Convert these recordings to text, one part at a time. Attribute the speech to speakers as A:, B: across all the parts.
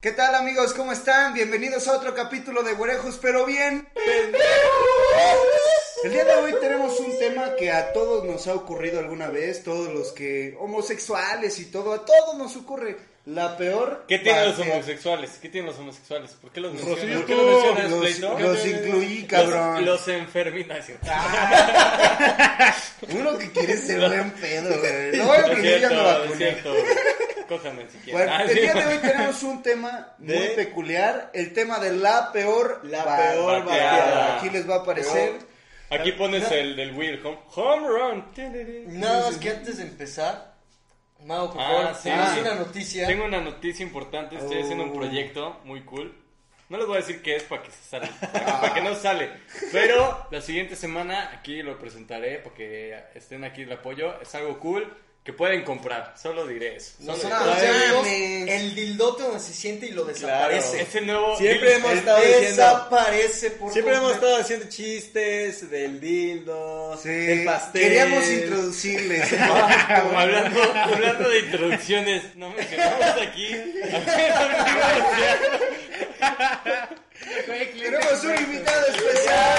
A: ¿Qué tal amigos? ¿Cómo están? Bienvenidos a otro capítulo de Güerejos, pero bien. El día de hoy tenemos un tema que a todos nos ha ocurrido alguna vez, todos los que homosexuales y todo, a todos nos ocurre la peor.
B: ¿Qué tienen los
A: parte.
B: homosexuales? ¿Qué tienen los homosexuales? ¿Por qué los mencionas?
C: yo
B: ¿Por qué
C: tú,
B: los mencionas,
A: los-
B: Pleito?
A: los incluí, cabrón. Ah,
B: Los, los enferminas, ¿cierto?
A: Uno que quiere ser buen pedo, güey. No, yo
B: es
A: primero ya me
B: cierto, es
A: vacuné.
B: cierto. Cójanme si quieren.
A: Bueno,
B: Ah,
A: el
B: sí.
A: día de hoy tenemos un tema muy
C: De-
A: peculiar, el tema de la peor
C: La
A: ba-
C: peor
A: bateada.
B: bateada.
A: Aquí les va a aparecer.
B: Aquí pones el del Will, home, home run. Tengo
C: Nada más que antes de empezar, Mau, por
B: Ah,
C: favor,
B: sí.
C: tienes una noticia.
B: una noticia importante, estoy
A: Oh.
B: haciendo un proyecto muy cool. No les voy a decir qué es para que se sale, para que, para que no sale. Pero la siguiente semana aquí lo presentaré para que estén aquí el apoyo. Es algo cool que pueden comprar. Solo diré eso. Solo
C: Nosotros
A: No
C: ya vimos
A: mames.
C: el dildote donde se siente y lo desaparece.
B: Ese nuevo.
D: Siempre hemos
C: El
D: estado diciendo.
C: desaparece por
D: Siempre hemos
C: completo.
D: estado haciendo chistes del dildo,
A: Sí,
D: del pastel.
A: Queríamos introducirles.
B: Como hablando, hablando de introducciones, no mencionamos aquí.
A: Tenemos un invitado especial.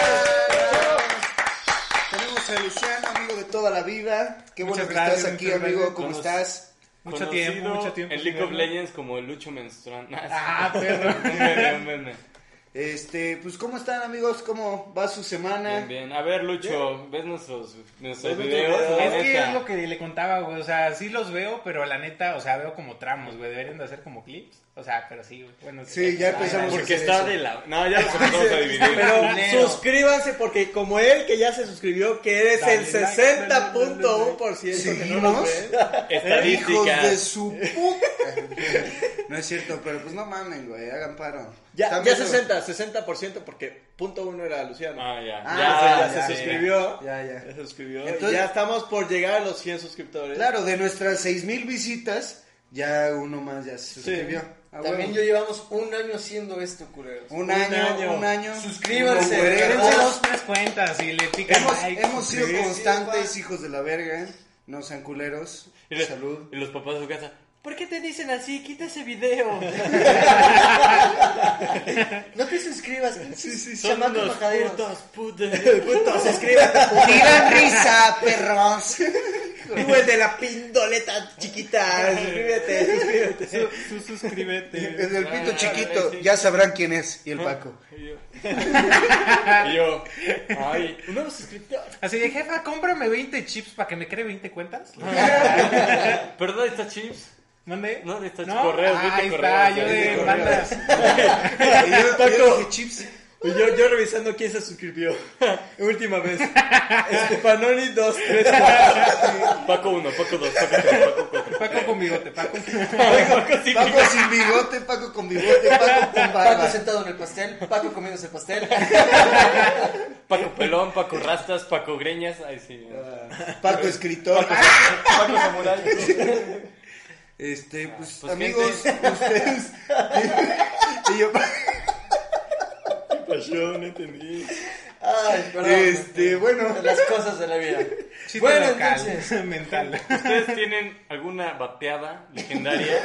A: Tenemos a Luciano, amigo de toda la vida. Qué bueno
E: Muchas
A: que
E: gracias,
A: estás aquí,
E: muchas
A: amigo.
E: gracias.
A: ¿Cómo
B: Conoc-
A: estás?
E: Mucho
B: Conocido
E: tiempo, mucho tiempo
B: En
E: sin
B: League of
E: verlo.
B: Legends como el Lucho Menstrual.
E: Ah, perro.
B: Un meme, un meme.
A: Este, pues ¿cómo están, amigos? ¿Cómo va su semana?
B: Bien, bien. A ver, Lucho, ¿ves nuestros, nuestros
D: Los
B: videos?
D: videos.
B: La
E: Es que
B: neta.
E: es lo que le contaba, güey. O sea, sí los veo, pero la neta, o sea, veo como tramos, güey. Deberían de hacer como clips. O sea, pero sí, güey. Bueno,
A: Sí, ya empezamos.
B: Porque
A: a hacer
B: está
A: eso.
B: de la... No, ya los empezamos a dividir.
D: Pero
C: Culero.
D: suscríbanse porque como él que ya se suscribió, que eres
E: Dale
D: el
E: like,
D: que no nos
A: ¿Seguimos?
D: ve.
A: Eh, Hijos de
B: Estadísticas.
A: su puta. No es cierto, pero pues no mamen, güey, hagan paro.
D: Ya,
A: Están
D: ya
A: viendo-
D: 60, 60% porque punto uno era Luciano.
B: Ah, ya.
A: Ah,
D: ya,
A: ya,
D: se- ya se
B: sí.
D: suscribió.
A: Ya, ya.
D: se suscribió.
A: Entonces-
D: ya estamos por llegar a los 100 suscriptores.
A: Claro, de nuestras 6000 visitas, ya uno más ya se suscribió. Ah,
C: También
A: bueno.
C: yo llevamos un año haciendo esto, culeros.
A: un año,
D: año.
A: un año.
C: Suscríbanse,
A: Con
E: Dense
C: de verdad.
A: coherencia.
E: dos, tres cuentas y le pican
A: Hemos,
E: like.
A: hemos sido
E: Sí.
A: constantes, hijos de la verga. ¿eh? No sean culeros.
B: Y los,
A: Salud.
B: y los papás de su casa. ¿Por qué te dicen así? Quita ese video.
C: No te suscribas. Sí, sí,
B: Son unos putos putos.
A: ¡Tiran risa, perros!
D: Tú el de la pindoleta chiquita. Suscríbete, suscríbete.
B: suscríbete.
A: El del pito chiquito, ya sabrán quién es. Y el Paco.
B: Y yo, y yo, ay, un nuevo suscriptor.
E: Así de, jefa, cómprame 20 chips para que me cree 20 cuentas.
B: ¿Pero dónde está Chips?
E: ¿Mande?
B: No, necesitas correos,
E: Ah,
B: vete
E: ahí está,
B: correos,
E: yo
B: vete
E: de
B: correos.
E: bandas.
A: Y yo, yo dije, chips.
D: Pues yo, yo revisando quién se suscribió. Última vez. Estefanoni 2, 3,
B: Paco 1, Paco 2, Paco 3, Paco 4.
E: Paco con bigote, Paco.
B: Paco sí,
A: Paco sin bigote, Paco con bigote, Paco con barba.
C: Paco sentado en el pastel, Paco comiéndose el pastel.
B: Paco pelón, Paco rastas, Paco greñas. Ay, sí.
A: Paco escritor.
B: Paco samurai.
A: Este, pues,
B: pues,
A: amigos, ustedes. y yo,
B: no entendí.
C: Ay, perdón.
A: este, bueno.
C: Las cosas de la vida.
E: Chiste
C: bueno,
E: local,
C: entonces.
E: mental.
B: ¿Ustedes tienen alguna bateada legendaria?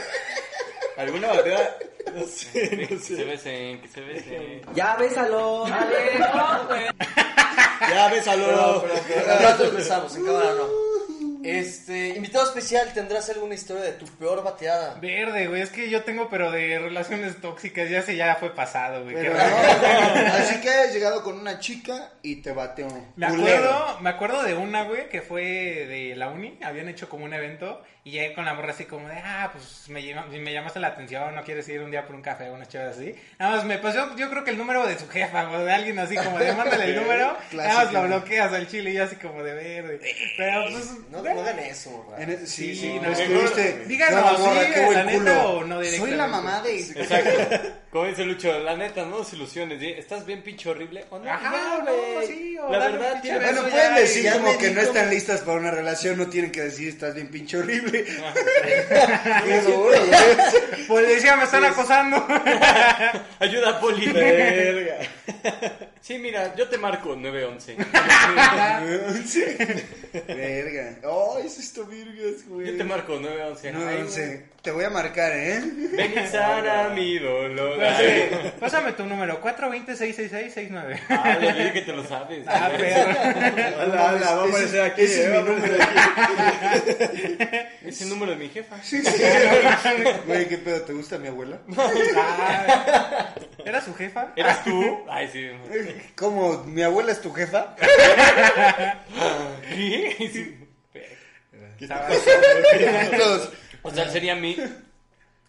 D: ¿Alguna bateada? No sé,
B: Que
D: no
B: se
D: sé.
B: besen, que se besen.
D: Ya bésalo. Ya bésalo.
C: Nosotros besamos, en cámara no. Este, invitado especial, ¿tendrás alguna historia de tu peor bateada?
E: Verde, güey, es que yo tengo, pero de relaciones tóxicas, ya se ya fue pasado, güey.
A: Pero
E: Qué
A: no,
E: raro.
A: así que hayas llegado con una chica y te bateó.
E: Me
A: Culero.
E: acuerdo, me acuerdo de una, güey, que fue de la uni, habían hecho como un evento y llegué con la morra así como de, ah, pues me, llama- me llamaste la atención, no quieres ir un día por un café, unas chavas así. Nada más me pasó, yo creo que el número de su jefa o de alguien así como de, mándale el número, nada más
A: Clásico.
E: lo bloqueas al chile y yo así como de verde. Pero pues,
C: No, no hagan eso, morra.
A: En el- sí,
E: Sí,
A: sí,
E: no.
A: no estuviste. no,
E: Díganos,
A: morra,
E: sí,
A: qué buen
E: la neta
A: culo.
E: o no
A: Soy
E: directamente.
A: la mamá de.
B: Exacto. Como dice Lucho, la neta, no ilusiones. ¿sí? ¿Estás bien pinche horrible? ¿O no? Ya,
E: Ajá, no,
B: güey.
E: sí, o
B: La
E: dale un
B: verdad,
E: pinche
B: tiene
E: beso
A: Ah, Bueno,
E: ya,
A: pueden
E: y
A: decir
C: ya
A: como
C: me
A: que
C: di
A: no
C: como-
A: están listas para una relación, no tienen que decir estás bien pinche horrible. Qué duro, güey.
E: Policía, me están acosando.
B: Ayuda, Poli.
D: Verga.
B: Sí, mira, yo te marco 911.
A: Verga. Oh, eso está virgas, güey.
B: Yo te marco 911.
A: No,
B: Ay,
A: once. Te voy a marcar, ¿eh?
B: Ven y sana mi dolor.
E: Pásame, pásame tu número, 420-666-69.
B: Ah, le dije que te lo sabes.
E: Ah, perro.
A: Hola,
D: hola, va a aparecer aquí,
A: Ese
D: eh,
A: es
D: va a
A: mi número.
B: es el número de mi jefa.
A: Güey, ¿qué pedo? ¿Te gusta mi abuela?
E: Ah, ¿Era su jefa?
B: ¿Eras tú? Ay, sí.
A: ¿Cómo? ¿Mi abuela es tu jefa?
B: ¿Qué? Sí.
A: Entonces,
B: O sea, sería mi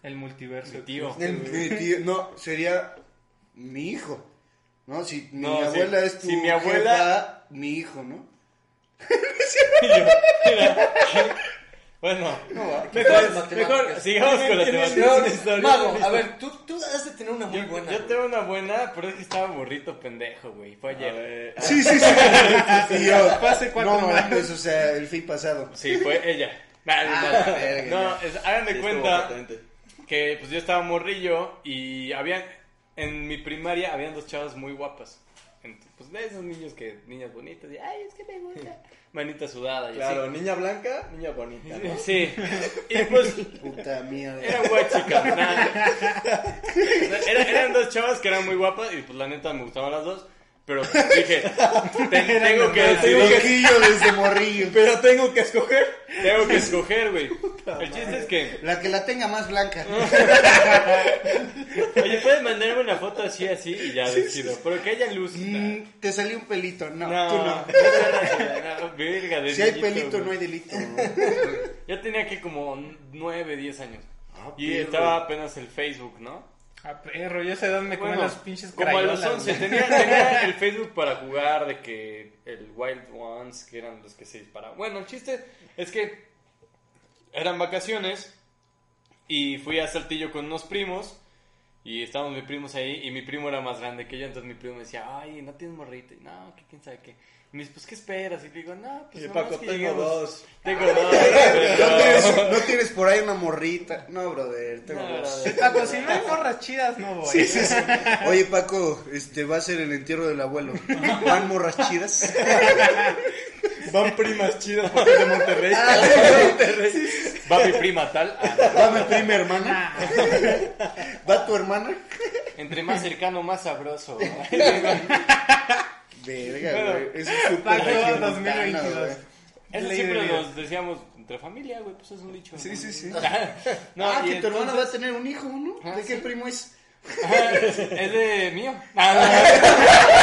E: El multiverso.
B: tío.
A: mi tío- no, sería mi hijo. ¿No? Si mi
B: No, sí.
A: abuela es tu
B: Si mi
A: jefa,
B: abuela-
A: mi hijo, ¿no?
B: Bueno,
C: Mejor,
B: mejor sigamos con la temática.
C: Mago, a ver, tú, tú has de tener una muy buena.
B: Yo tengo una buena, pero es que estaba burrito pendejo, güey. Fue ayer.
A: Sí, sí, sí. Y yo,
E: Pase cuatro
A: no,
E: años.
A: mames, o sea, el fin pasado.
B: Sí, fue ella. Nah, nah, nah. no, es- hagan de cuenta que pues yo estaba morrillo y habían en mi primaria habían dos chavas muy guapas. Ent- pues de esos niños que niñas bonitas, y, ay, es que me gusta. Manita sudada y
D: Claro,
B: así.
D: niña blanca, niña bonita. ¿no?
B: Sí. Y pues
A: Puta mierda.
B: eran guachicas. nah. Era- eran dos chavas que eran muy guapas y pues la neta me gustaban las dos, pero dije, "Ten- tengo que
A: El
B: decidir
A: loquillo desde morrillo.
D: Pero tengo que escoger.
B: Tengo que escoger, güey. El chiste es que.
A: La que la tenga más blanca.
B: Oye, puedes mandarme una foto así, así y ya decido. Pero que haya luz.
A: Mm, te salió un pelito. No,
B: No,
A: tú no.
B: no, no, Verga, de
A: Si hay
B: niñito,
A: pelito,
B: güey.
A: no hay delito.
B: Yo tenía que como 9, 10 años.
A: Ah,
B: y
A: perro.
B: estaba apenas el Facebook, ¿no?
E: Ah, perro, yo sé dónde me comen
B: Bueno,
E: las pinches
B: Como a los
E: crayolas,
B: 11.
E: güey.
B: Tenía, tenía el Facebook para jugar de que el Wild Ones, que eran los que se disparaban. Bueno, el chiste es que eran vacaciones y fui a Saltillo con unos primos. Y estábamos mis primos ahí y mi primo era más grande que yo, entonces mi primo me decía, ay, no tienes morrito, y no, que quién sabe qué. Y me dice, pues, ¿qué esperas? Y le digo, no, pues,
D: Y
B: nomás
D: Paco,
B: que
D: tengo
B: lleguemos".
D: dos.
B: Tengo dos. pero-
A: No tienes, no tienes por ahí una morrita. No, brother. Tengo
B: No,
A: dos.
B: brother.
E: Paco, pues, si no hay morras chidas, no voy.
A: Sí, sí, sí. Oye, Paco, este va a ser el entierro del abuelo. Van morras chidas.
D: Van primas chidas porque es de Monterrey.
B: Va mi prima tal. Ah, no.
A: Va mi prima hermana. Va tu hermana.
B: Entre más cercano, más sabroso. ¿no?
A: Verga, güey. Es un súper
E: Paco
A: regiomontano,
E: 2022.
B: Eso
E: Ley
B: siempre
E: de vida.
B: nos decíamos entre familia, güey, pues es un dicho.
A: Sí, sí, sí.
B: No,
A: ah,
B: y
A: que tu hermana va
B: entonces-
A: a tener un hijo, ¿no?
B: Ah,
A: ¿De qué
B: sí.
A: primo es?
B: Ajá, Es de mío. Ah,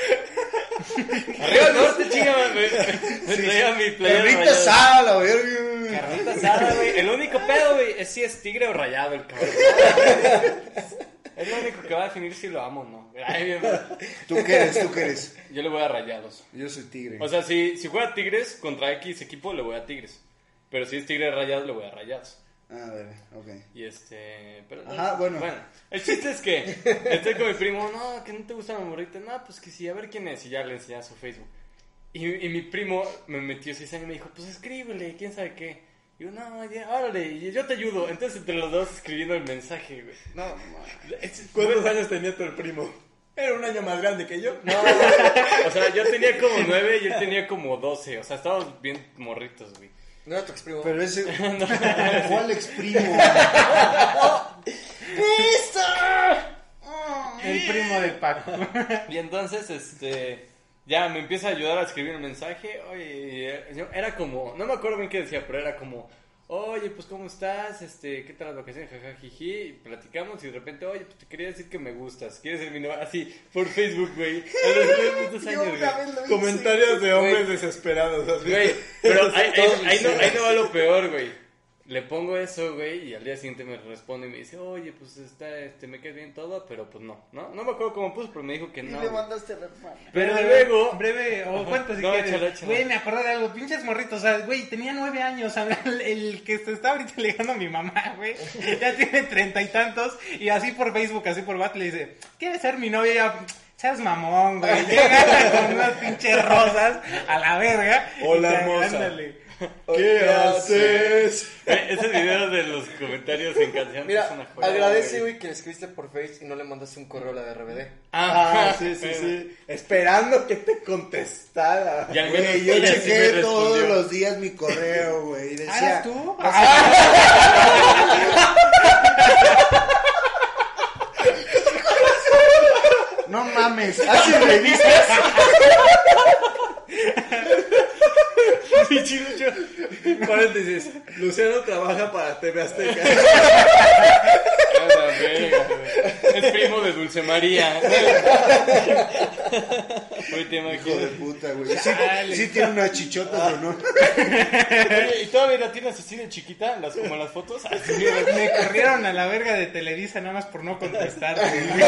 B: no, no. Arriba el norte, chinga, me, me- me traía mi playera
A: Carnita
B: rayada.
A: asada, la verga.
B: Carnita asada, güey. El único pedo, güey, es si es tigre o rayado el cabrón. Es lo único que va a definir si lo amo o no. Ay, bien,
A: ¿Tú qué eres? ¿Tú qué eres?
B: Yo le voy a rayados.
A: Yo soy tigre.
B: O sea, si, si juega Tigres contra X equipo, le voy a Tigres. Pero si es Tigres Rayados, le voy a Rayados.
A: A ver, Ah, ok.
B: Y este. Pero,
A: Ajá, bueno.
B: el chiste es que estoy con mi primo, no, que no te gusta la morrita. No, pues que sí, a ver quién es. Y ya le enseñé su Facebook. Y, y mi primo me metió seis años y me dijo, pues escríbele, quién sabe qué. Y yo, no, ya, órale, y yo te ayudo. Entonces, entre los dos escribiendo el mensaje, güey.
A: No, ma.
B: Es-
D: ¿Cuántos años tenía tu primo? Era un año más grande que yo.
B: No, o sea, yo tenía como nueve y él tenía como doce. O sea, estábamos bien morritos, güey.
C: No era tu exprimo.
A: Pero ese. ¿Cuál ex primo?
E: El primo de Paco.
B: Y entonces, este, ya me empieza a ayudar a escribir un mensaje. Oye, y eh, yo- era como, no me acuerdo bien qué decía, pero era como, oye, pues cómo estás, este, qué tal las vacaciones, jaja, jiji. Y platicamos y de repente, oye, pues te quería decir que me gustas, quieres ser mi novia, así, por Facebook, güey. A los tres, dos años, güey.
D: Comentarios de hombres
B: Güey.
D: desesperados. así.
B: Güey, pero
D: Todos
B: ahí, ahí- ahí no,
D: hicieron.
B: ahí no va lo peor, güey. Le pongo eso, güey, y al día siguiente me responde y me dice, oye, pues está, este, me queda bien todo, pero pues no, ¿no? No me acuerdo cómo puso, pero me dijo que
A: Y
B: no.
A: le
B: güey.
A: mandaste la hermana.
B: Pero luego,
E: Breve, o
B: Ajá.
E: cuento si
B: No,
E: quieres.
B: échalo, échalo.
E: Güey, me acordé de algo. Pinches morritos. O sea, güey, tenía nueve años. o sea, El, el que se está ahorita ligando a mi mamá, güey. Ya tiene treinta y tantos. Y así por Facebook, así por WhatsApp le dice: ¿Quieres ser mi novia? Y ella, Seas mamón, güey. Llega con unas pinches rosas a la verga.
D: Hola,
E: Y ya,
D: hermosa.
E: ándale.
C: ¿Qué
A: haces?
B: Eh, Ese video de los comentarios en canción es una
C: Mira,
B: joya,
C: agradece,
B: güey.
C: güey, que le escribiste por Face y no le mandaste un correo a la de RBD.
B: Ajá,
D: Ah, sí, sí,
B: pero-
D: sí. Esperando que te contestara.
B: Y al menos
A: Güey, yo
B: ella sí me
A: chequé
B: respondió.
A: todos los días mi correo, güey. y
E: ¿Ah,
A: Decía,
E: ¿Eras tú?
A: no mames, ¿haces revistas?
D: Pinche Lucho. Paréntesis. Luciano trabaja para TV Azteca.
B: A Ah, la verga, güey. Es primo de Dulce María. Güey, te
A: Hijo de
B: imaginas.
A: puta, güey. Sí, sí tiene unas chichotas, ¿o no?
B: Oye, ¿Y todavía la tienes así de chiquita? Las, como las fotos. Ay, sí, mira.
E: Me corrieron a la verga de Televisa nada más por no contestar. güey.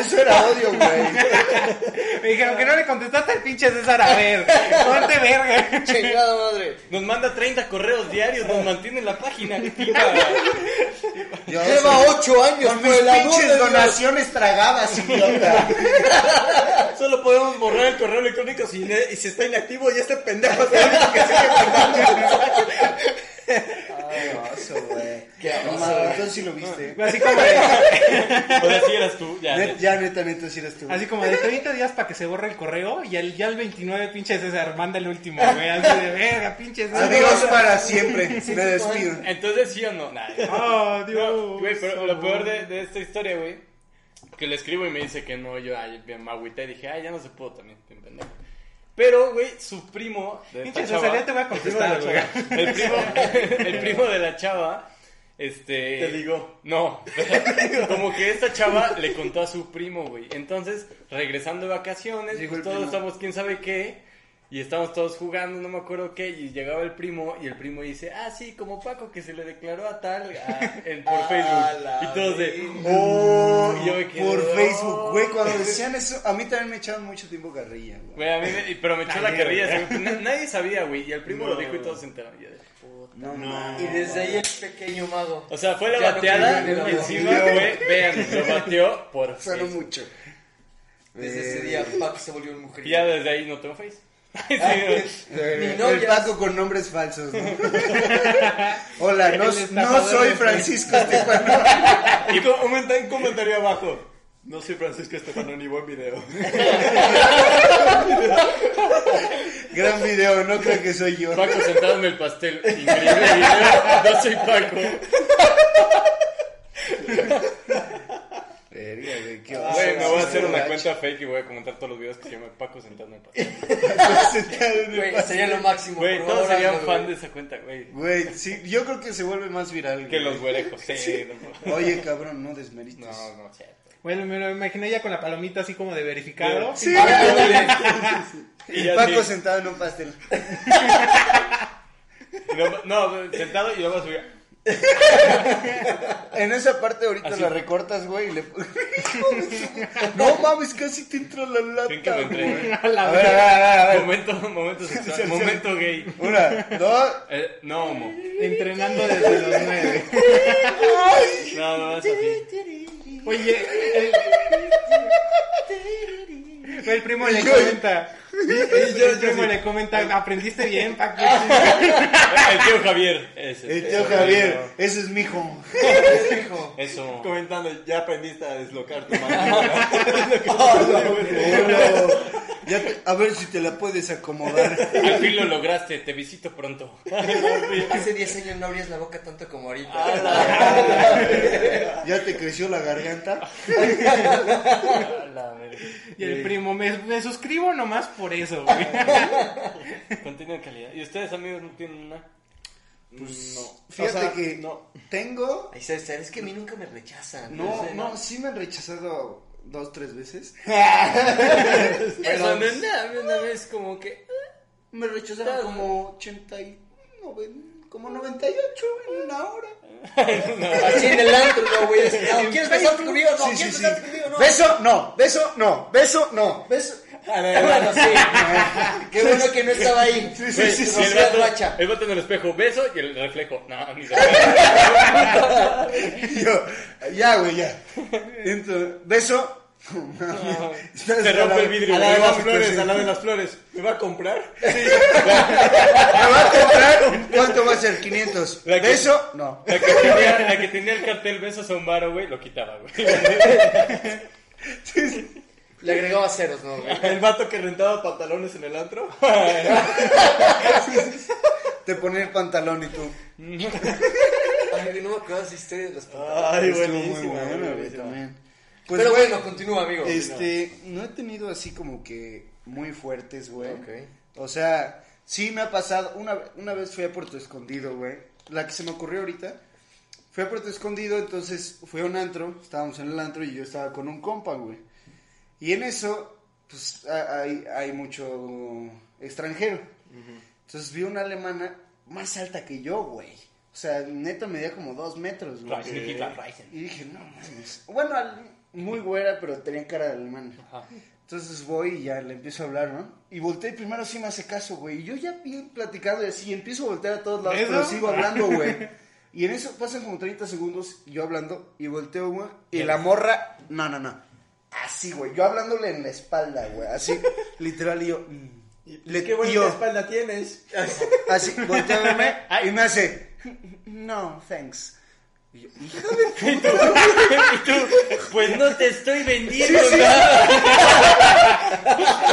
A: Eso era odio, güey.
E: Me dijeron que no le contestaste al pinche César a ver. Ponte verga.
C: Chingada madre.
B: Nos manda 30 correos diarios, nos mantiene en la página. activa.
A: Yo
C: Lleva
A: soy-
C: ocho años,
A: Con
C: por
A: mis
C: el amor de
A: pinches
C: Dios.
A: donaciones tragadas, idiota.
D: Solo podemos borrar el correo electrónico si, ne- y si está inactivo y este pendejo es el único que sigue mandando.
A: Ay, oso, güey.
C: Qué
A: No
C: oso,
A: mames,
C: güey.
A: entonces sí lo viste.
E: Así como,
B: O sea, sí eras tú. Ya,
A: Net- ya, neta, neta, sí eras tú.
E: así como de 30 días para que se borre el correo y al, ya el 29 pinche César manda el último, güey. Así de verga, pinche César.
A: Adiós para siempre. Me despido.
B: Entonces, ¿sí o no? Nah, ya.
E: Oh,
B: No,
E: Dios.
B: güey, pero lo peor de, de esta historia, güey, que le escribo y me dice que no, yo ay, bien me agüité y dije, ay, ya no se pudo también, bien pendejo. Pero, güey, su primo de esta
E: Pinche
B: chava-
E: César, ya te voy a
B: el primo de la
E: contestar, güey.
B: chava- el primo, el primo de la chava, este...
D: Te ligó.
B: No, como que esta chava le contó a su primo, güey. Entonces, regresando de vacaciones,
A: Llegó
B: pues,
A: el
B: todos
A: primo.
B: estamos quién sabe qué, y estábamos todos jugando, no me acuerdo qué, y llegaba el primo, y el primo dice, ah, sí, como Paco que se le declaró a tal a- en- por
C: Ah,
B: Facebook.
C: la
B: Y todos de,
C: vida.
B: oh, y yo me quedé,
A: Por
B: "Oh".
A: Facebook, güey. Cuando decían eso, a mí también me echaban mucho tiempo carrilla, güey.
B: Güey, a mí me- pero me echó la
E: Nadie,
B: carrilla. ese güey. Na- Nadie sabía, güey. Y el primo lo dijo y todos se enteraron. Y yo de-
A: No,
C: Y
A: mames.
C: desde ahí el pequeño mago.
B: O sea, fue la
C: Ya no
B: bateada.
C: creyó en el amor.
B: encima, güey, vean, lo bateó por
A: Sonó
B: Facebook.
A: mucho.
C: Desde
A: Eh,
C: ese día, Paco se volvió un
B: Y ya
C: mujeriego.
B: desde ahí no tengo Face. Ay, sí,
A: Eh,
C: Mi novia
A: El Paco con nombres falsos, ¿no? Hola, no,
E: El estafador
A: no soy
E: de
A: Francisco Estefano.
D: Y co- comenta un comentario abajo. No soy Francisco Estefanoni, buen video.
A: Gran video, no creo que soy yo.
B: Paco sentado en el pastel. Increíble video. No soy Paco.
A: Verga, güey, qué
C: Ah,
A: oso.
B: Güey, me voy a hacer una
A: Gacho.
B: cuenta fake y voy a comentar todos los videos que se llama Paco sentado en el pastel.
C: Güey, sería lo máximo.
B: Güey,
C: por
B: todos
C: favor,
B: serían
C: hazlo,
B: fan de
C: güey.
B: esa cuenta, güey.
A: Güey, sí, yo creo que se vuelve más viral.
B: Que
A: güey.
B: los güerejos. Sí, no,
A: Oye, cabrón, no desmerites.
B: no, no, cierto.
E: Bueno, me lo imaginé ya con la palomita así como de verificado.
A: Sí,
B: Y ya
A: Paco
B: sí.
A: sentado en un pastel.
B: Y luego- No, sentado y luego subía.
A: En esa parte ahorita
B: Así.
A: la recortas, güey, y le... no mames, casi te entra la
B: Ven que
A: lata,
B: me entré,
A: güey.
B: güey.
E: A la
A: A ver, a ver, a ver, a ver.
B: Momento, momento sexual,
A: Sí, sí, sí.
B: momento gay.
A: Una, dos...
B: Eh, no, homo.
E: Entrenando desde los nueve.
B: No, no, es así.
E: Oye, el, Fue el primo le
A: Yo-
E: comenta. El,
D: yo- yo
E: primo
D: sí.
E: le comenta, aprendiste bien, Paco.
B: El tío Javier. Ese.
A: El tío Javier, ese es mi hijo.
B: Eso.
D: Comentando, ya aprendiste a deslocar tu mano.
A: Ya te- a ver si te la puedes acomodar.
B: Al fin lo lograste, te visito pronto.
C: Hace 10 años no abrías la boca tanto como ahorita.
A: Ya te creció la garganta.
B: La verga.
E: Y el primo, me, me suscribo nomás por eso, güey.
B: Contenido de calidad. ¿Y ustedes, amigos, no tienen nada? no.
A: Fíjate
D: O sea,
A: que
D: no.
A: tengo.
C: Ahí sabes, es que a mí nunca me rechazan.
A: No,
C: sé,
A: no, sí me han rechazado dos, tres veces.
B: Eso no es nada, una vez como que.
A: Me rechazaron
B: Claro.
A: como 80 y noven- como 98 en una hora.
C: Así en el antro, no, güey. es- No, ¿quieres besarte conmigo? No,
A: Sí, sí,
C: ¿quieres
A: sí.
C: besarte conmigo? No.
A: Beso, no, beso, no, beso, no.
C: ¿Ves? Bueno, sí. Qué bueno que no estaba ahí.
A: Sí, sí,
B: Güey,
A: sí,
B: y
A: sí.
B: el,
C: Rocío
B: vato,
C: Rocha.
B: el vato en el espejo, beso y el reflejo. No, ni se
A: Yo, ya, güey, ya. Entro, beso.
B: Se rompe el vidrio.
A: A la de las flores, a
B: la de las flores. ¿Me va a comprar?
A: ¿Me va a comprar? ¿Cuánto va a ser? 500.
B: La que-
A: ¿De eso? No.
B: La que tenía, la que tenía el cartel besos a un varo, güey, lo quitaba, güey.
C: Le agregaba ceros, ¿no? güey?
D: El vato que rentaba pantalones en el antro.
A: Te ponía el pantalón y tú.
C: Ay, güey, no me acuerdo si ustedes los
D: Ay,
A: Estuvo muy
D: buenísima,
A: bueno, güey,
D: buenísima.
A: también. Pues
C: Pero bueno, continúa, amigo.
A: Este, no he tenido así como que muy fuertes, güey.
C: Ok.
A: O sea, sí me ha pasado. Una, una vez fui a Puerto Escondido, güey. La que se me ocurrió ahorita. Fui a Puerto Escondido, entonces fui a un antro. Estábamos en el antro y yo estaba con un compa, güey. Y en eso, pues ha- hay, hay mucho extranjero. Entonces vi una alemana más alta que yo, güey. O sea, neta medía como dos metros, güey.
B: Rice, Nikita, Rice.
A: Y dije, no mames. Bueno, al- muy güera, pero tenía cara de alemana. Entonces voy y ya le empiezo a hablar, ¿no? Y volteé y primero sí me hace caso, güey. Y yo ya bien platicando y así, empiezo a voltear a todos lados,
E: ¿Eso?
A: pero sigo hablando, güey. Y en eso pasan como 30 segundos, yo hablando, y volteo, güey. Y la morra, no, no, no. Así, güey. Yo hablándole en la espalda, güey. Así, literal, y yo. mm. Le-
D: Qué
A: y
D: buena
A: yo,
D: espalda tienes.
B: Ah,
A: Así, volteo a verme y me hace. No, thanks. Y yo, hija de
B: Y tú, pues no te estoy vendiendo
A: Sí, sí.
B: nada.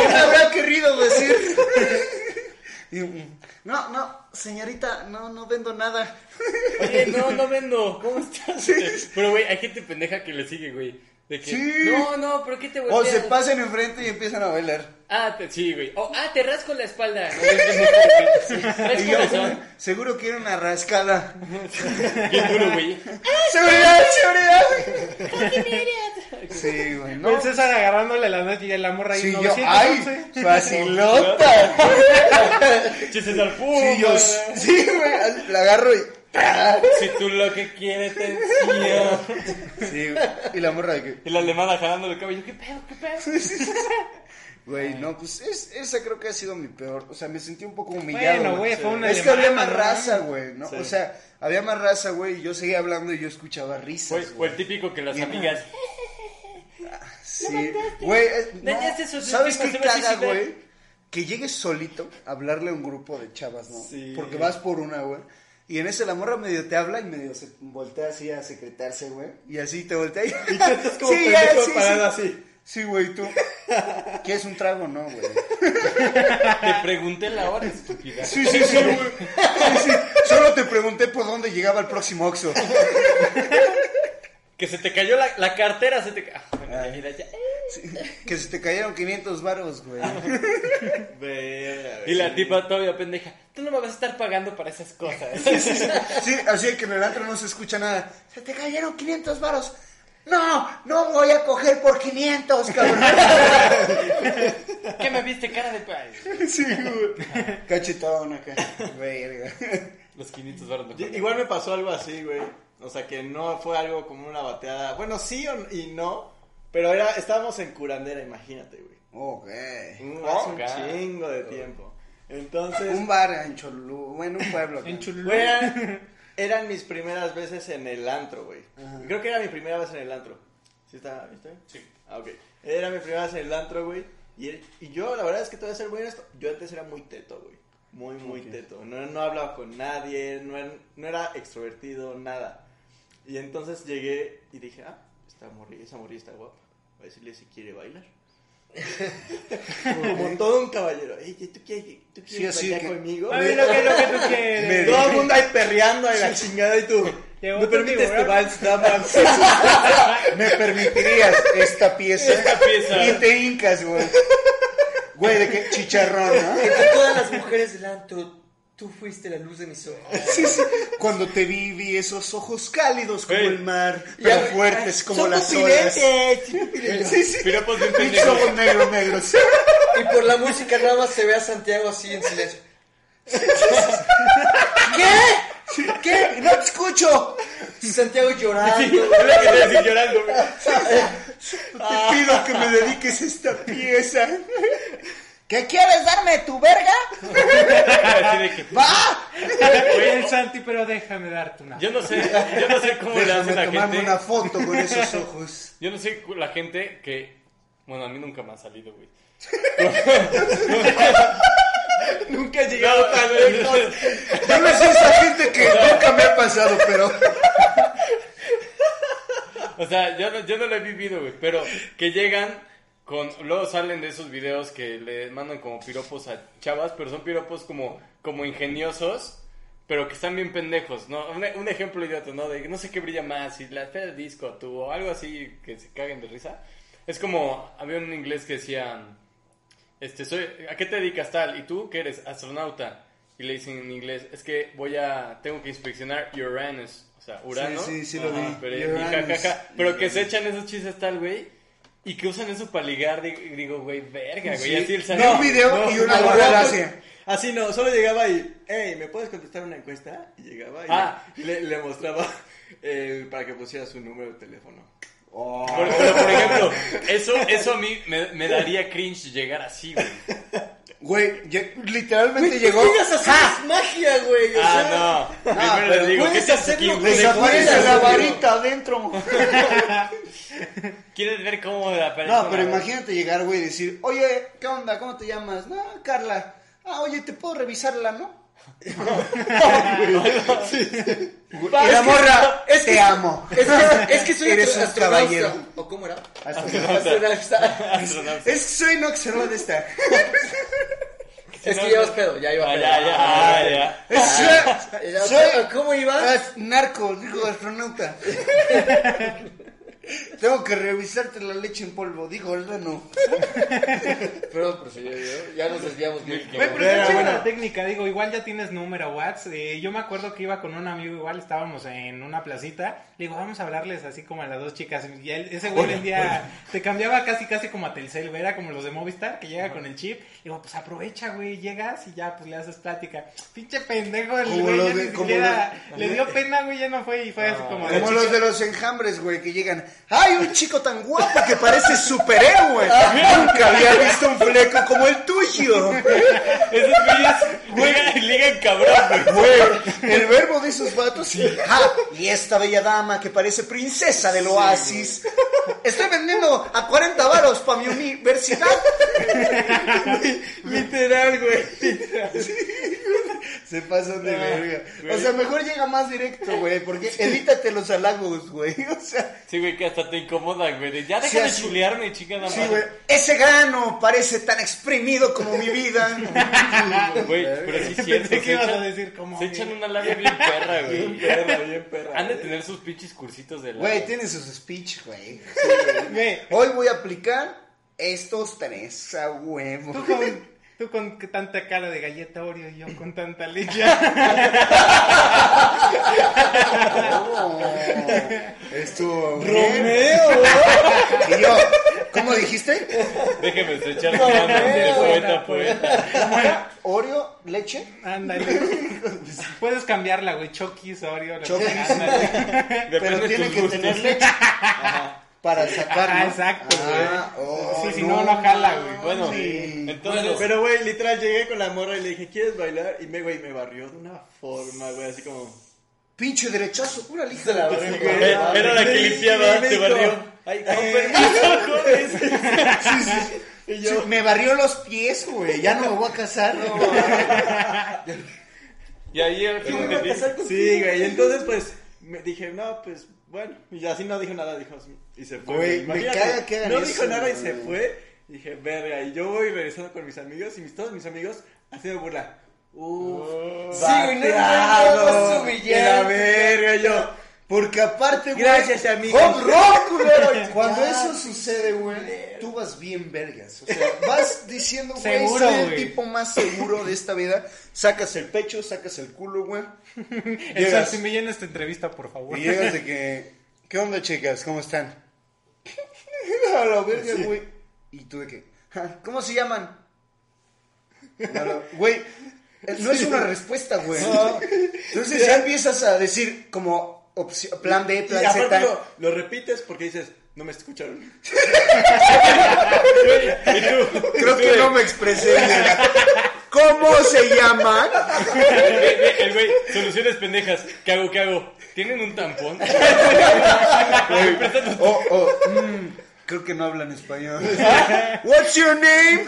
A: ¿Qué me habrá querido decir? Y, mm, no, no, señorita, no, no vendo nada.
B: Oye, no, no vendo. ¿Cómo estás? Pero, güey, hay gente pendeja que le sigue, güey. De que,
A: Sí.
B: no, no, pero ¿qué te
A: O se
B: volteas?
A: pasan enfrente y empiezan a bailar.
B: Ah, te- sí, güey. O, ah, te rasco la espalda.
A: Y
B: Rasco
A: yo,
B: la espalda.
A: seguro quieren una rascada.
B: Bien duro, güey.
A: ¡Seguridad, seguridad! Sí, güey, no.
E: El César agarrándole la noche y el amor ahí.
A: Sí, yo,
E: 911.
A: ¡ay! ¡Facilota!
B: Chistes al pum.
A: Sí, yo, sí, güey, la agarro y... ¡ah!
B: Si tú lo que quieres te enseño.
A: Sí, güey, y la morra de que...
B: Y la alemana jalando el cabello. ¿Qué pedo, qué pedo?
A: Güey, no, pues es- esa creo que ha sido mi peor. O sea, me sentí un poco humillado.
E: Bueno, güey, fue una
A: Es que había
E: alemana,
A: más
E: ¿no?
A: raza, güey, ¿no? O sea, había más raza, güey, y yo seguía hablando y yo escuchaba risas,
B: O- O
A: güey.
B: el típico que las
A: Bien.
B: amigas.
A: Sí, güey, es- no,
B: Dañaste sus
A: ¿sabes qué
B: últimas, se va a
A: caga,
B: suicidar.
A: güey? Que llegues solito a hablarle a un grupo de chavas, ¿no?
D: Sí.
A: Porque vas por una, güey. Y en ese la morra medio te habla y medio se voltea así a secretarse, güey. Y así te voltea y...
D: Y tú estás como
A: Sí, ya,
D: pendejo
A: sí,
D: parado así.
A: Sí, güey, tú. ¿Quieres un trago? No, güey.
B: Te pregunté la hora, estúpida.
A: Sí, sí, sí, güey. Sí, sí. Solo te pregunté por dónde llegaba el próximo Oxxo.
B: Que se te cayó la, la cartera, se te Ah, cayó. mira, ya.
A: Que se te cayeron 500 varos, güey.
D: Verga,
B: Y la tipa todavía pendeja. Tú no me vas a estar pagando para esas cosas.
A: Sí, así que en el antro no se escucha nada. Se te cayeron 500 varos. No, no voy a coger por 500, cabrón.
B: ¿Qué me viste cara de pay?
A: Sí, güey. Cachetón acá. Verga.
B: Los 500 baros
D: Yo- Igual me pasó algo así, güey. O sea, que no fue algo como una bateada. Bueno, sí o- y no. Pero era, estábamos en curandera, imagínate, güey.
A: Ok.
D: Un- hace un
B: Ok.
D: chingo de tiempo. Entonces,
A: Un bar en Cholú, bueno, un pueblo. acá.
E: En Chulú.
D: güey, eran, eran mis primeras veces en el antro, güey. Creo que era mi primera vez en el antro. ¿Sí está? ¿Está bien?
B: Sí.
D: Ah, ok. Era mi primera vez en el antro, güey. Y, el- y yo, la verdad es que te voy a ser bueno esto. Yo antes era muy teto, güey. Muy, muy teto. No, no hablaba con nadie, no era, no era extrovertido, nada. Y entonces llegué y dije, ah, esta morrilla, esa morrilla está guapa. Voy a decirle si quiere bailar. Como todo un caballero. Ey, ¿tú quieres, tú quieres
A: Sí, así
D: bailar
A: que-
D: conmigo?
E: A ver lo que, lo que tú quieres.
D: Todo el mundo ahí perreando a la chingada y tú.
E: Llegó
D: No
E: tu
D: permites que
E: tiburón.
D: vals, damas.
A: Me permitirías esta pieza.
B: Esta pieza.
A: Y te hincas, güey. Güey, de qué chicharrón, ¿no?
C: Entre todas las mujeres del antro, tú fuiste la luz de mis ojos.
A: Sí, sí. Cuando te vi, vi esos ojos cálidos como
B: Ey.
A: el mar, pero
D: güey,
A: fuertes como
D: Son
A: las olas.
D: confidentes.
A: Sí, sí.
B: Piropos pues, bien
A: Pinches
B: pendejos.
A: ojos negros, negros.
C: Y por la música nada más se ve a Santiago así en silencio.
A: ¿Qué? ¿Qué? No te escucho.
C: Santiago llorando.
B: Es lo que te decía llorando, güey.
A: Te pido que me dediques esta pieza. ¿Qué quieres darme tu verga?
B: Así de que,
A: ¡Va!
E: Oye, el Santi, pero déjame darte una.
B: yo no sé, yo no sé cómo le hace
A: Déjame
B: la
A: tomarme
B: gente.
A: una foto con esos ojos.
B: Yo no sé cu- la gente que Bueno, a mí nunca me ha salido, güey.
C: Nunca he llegado tan lejos.
A: Yo no sé esa gente que nunca me ha pasado, pero.
B: O sea, yo no, yo no lo he vivido, güey. Pero que llegan con. Luego salen de esos videos que le mandan como piropos a chavas, pero son piropos como, como ingeniosos. Pero que están bien pendejos, ¿no? Un, un ejemplo idiota, ¿no? De no sé qué brilla más, si la espera del disco, tú, o algo así que se caguen de risa. Es como, había un inglés que decía, este, soy, ¿a qué te dedicas tal? ¿Y tú qué eres? Astronauta. Y le dicen en inglés, es que voy a, tengo que inspeccionar Uranus. O sea, Urano.
A: sí, sí lo vi.
B: Ajá, Pero, y
A: Uranus.
B: jajaja. Pero que se echan esos chistes tal, güey. Y que usan eso para ligar, di- digo, güey, verga, güey.
A: Sí.
B: Así el
A: Vi un video y una
D: al
A: morra la
D: rato-
A: hace.
D: Así no, solo llegaba y, hey, ¿me puedes contestar una encuesta? Y llegaba y
B: Ah.
D: le, le mostraba el- para que pusiera su número de teléfono.
B: Por, pero, por ejemplo, eso, eso a mí me, me daría cringe llegar así, güey.
A: Güey, ye- literalmente
C: Llegó.
A: llegó.
C: es magia, güey. o sea,
B: Ah, no. Primero les digo, ¿qué
C: puedes
B: te hace
C: hacerlo,
B: aquí,
C: güey,
B: pendejo?
A: Desaparece
C: Güey,
A: la
C: güey.
A: varita adentro.
B: ¿Quieres ver cómo la persona-
A: No, pero imagínate llegar, güey, y decir, oye, ¿qué onda? ¿Cómo te llamas? No, Carla. Ah, oye, ¿te puedo revisarla, no? y
C: Pa,
A: la
C: es que-
A: morra,
C: es
A: te
C: que-
A: amo.
C: Es que, es que soy
A: Eres
C: astro-
A: un caballero.
C: ¿O cómo era?
A: Astronauta.
C: Astronauta.
B: Astronauta.
A: Es que soy Noxerla de esta.
C: Es que llevas pedo, ya iba
B: Ah,
C: pedo.
B: ya, ya, ah, ya.
A: Es-
C: Ah, Ya,
A: soy- soy
C: ¿Cómo iba?
A: as- narco, dijo astronauta. Tengo que revisarte la leche en polvo, dijo el reno.
C: Pero, pues, yo- yo- ya nos desviamos bien.
E: Güey, pero
D: Era
E: está chida
D: buena.
E: la técnica, digo, igual ya tienes número, Watts. Eh, yo me acuerdo que iba con un amigo, igual estábamos en una placita. Le digo, vamos a hablarles así como a las dos chicas. Y él- ese güey vendía, te cambiaba casi, casi como a Telcel, güey, era como los de Movistar, que llega con el chip. Le digo, pues aprovecha, güey, llegas y ya, pues le haces plática. Pinche pendejo, el
A: Como
E: güey
A: los
E: ya
A: de-
E: ni
A: como Ah.
E: siquiera le dio pena, güey, ya no fue y fue así como. de
A: Como
E: chica.
A: los de los enjambres, güey, que llegan. ¡Ay, un chico tan guapo que parece superhéroe! Nunca había visto un fleco como el tuyo.
B: Esos güeyes ligan, ligan cabrón, güey.
A: Güey, el verbo de esos vatos. sí. Ah, y esta bella dama que parece princesa del oasis. Estoy vendiendo a 40 varos para mi universidad.
D: Literal, güey.
A: Se pasan de verga. O sea, mejor llega más directo, güey, porque evítate los halagos, güey. O sea,
B: Sí, güey, que hasta te incomodan, güey. de, Ya deja
A: Sí,
B: de
A: así.
B: chulearme, chica, nada más.
A: sí, güey. Ese grano parece tan exprimido como mi vida.
B: Güey, pero sí es cierto.
E: Pensé
B: se
E: que ibas
B: echan-
E: a decir como.
B: Se echan una labia bien perra, güey.
D: Perra, bien perra.
B: Han de tener sus pinches cursitos de labia.
A: Güey, tiene sus speech, güey.
E: Güey,
A: Hoy voy a aplicar estos tres a huevo.
E: tú con, tú con tanta cara de galleta Oreo y yo con tanta leche.
A: Oh, estuvo bien.
D: Romeo,
A: Y yo, ¿cómo dijiste?
B: Déjeme echar manos de poeta pues. a
A: pues.
B: poeta.
A: Oreo, leche.
E: Ándale. Puedes cambiarla, güey. Chokis, Oreo. lo
A: Chokis.
E: que- ándale.
B: Depende
A: pero
B: de
A: tiene
B: tus
A: que
B: gustos.
A: tener leche. Para sacar.
E: Ah,
A: ¿no?
E: exacto,
A: Ah, oh,
E: Sí, si no, no jala, güey.
B: Bueno,
A: Sí.
B: entonces. eh,
D: Pero, güey, literal, llegué con la morra y le dije, ¿quieres bailar? Y me, güey, me barrió de una forma, güey, así como...
A: Pinche derechazo, una lista
C: la
A: de
C: verga.
A: güey.
B: Eh, era la que
D: Sí,
B: limpiaba,
D: sí,
B: te
D: sí,
B: barrió.
D: como, Ay, con permiso, joven.
A: Sí, me barrió los pies, güey. Ya no me voy a casar.
B: Y ahí al
C: Yo
B: final
C: me voy
A: pues,
C: a
B: entendí.
C: casar con-
D: Sí, güey, y entonces, pues, me dije, no, pues, bueno. Y así no dijo nada, dijo así, Y se fue.
A: Güey, me
D: Imagínate,
A: caga que hagan
D: No
A: eso,
D: dijo nada y
A: güey.
D: se fue. Dije, verga, y yo voy regresando con mis amigos y mis, todos mis amigos haciendo burla. Uf,
A: Oh.
C: Sí, güey, no, no, no,
D: bateado,
C: no, es humillante.
D: de La verga, yo.
A: Porque aparte, güey.
D: Gracias, amigo.
A: ¡Home run, culero! Cuando
C: Ya.
A: eso sucede, güey, tú vas bien vergas. O sea, vas diciendo, güey,
E: Seguro,
A: soy el
E: güey.
A: tipo más seguro de esta vida. Sacas el pecho, sacas el culo, güey.
E: Eso, si me llena esta entrevista, por favor. Eh,
A: Y llegas de que, ¿qué onda, chicas? ¿Cómo están? A la verga, güey. Y tú de que, "Ja, ¿cómo se llaman? A la- Güey, eh, no es una respuesta, güey. Entonces ya empiezas a decir como opci- plan B,
D: Y
A: plan
D: aparte
A: Z.
D: lo, lo repites porque dices, no me escucharon.
A: Creo que no me expresé bien. ¿Cómo se llaman?
B: El güey- Eh, el güey, soluciones pendejas. ¿Qué hago? ¿Qué hago? ¿Tienen un tampón?
A: O, o, mm, Creo que no hablan español. What's your name?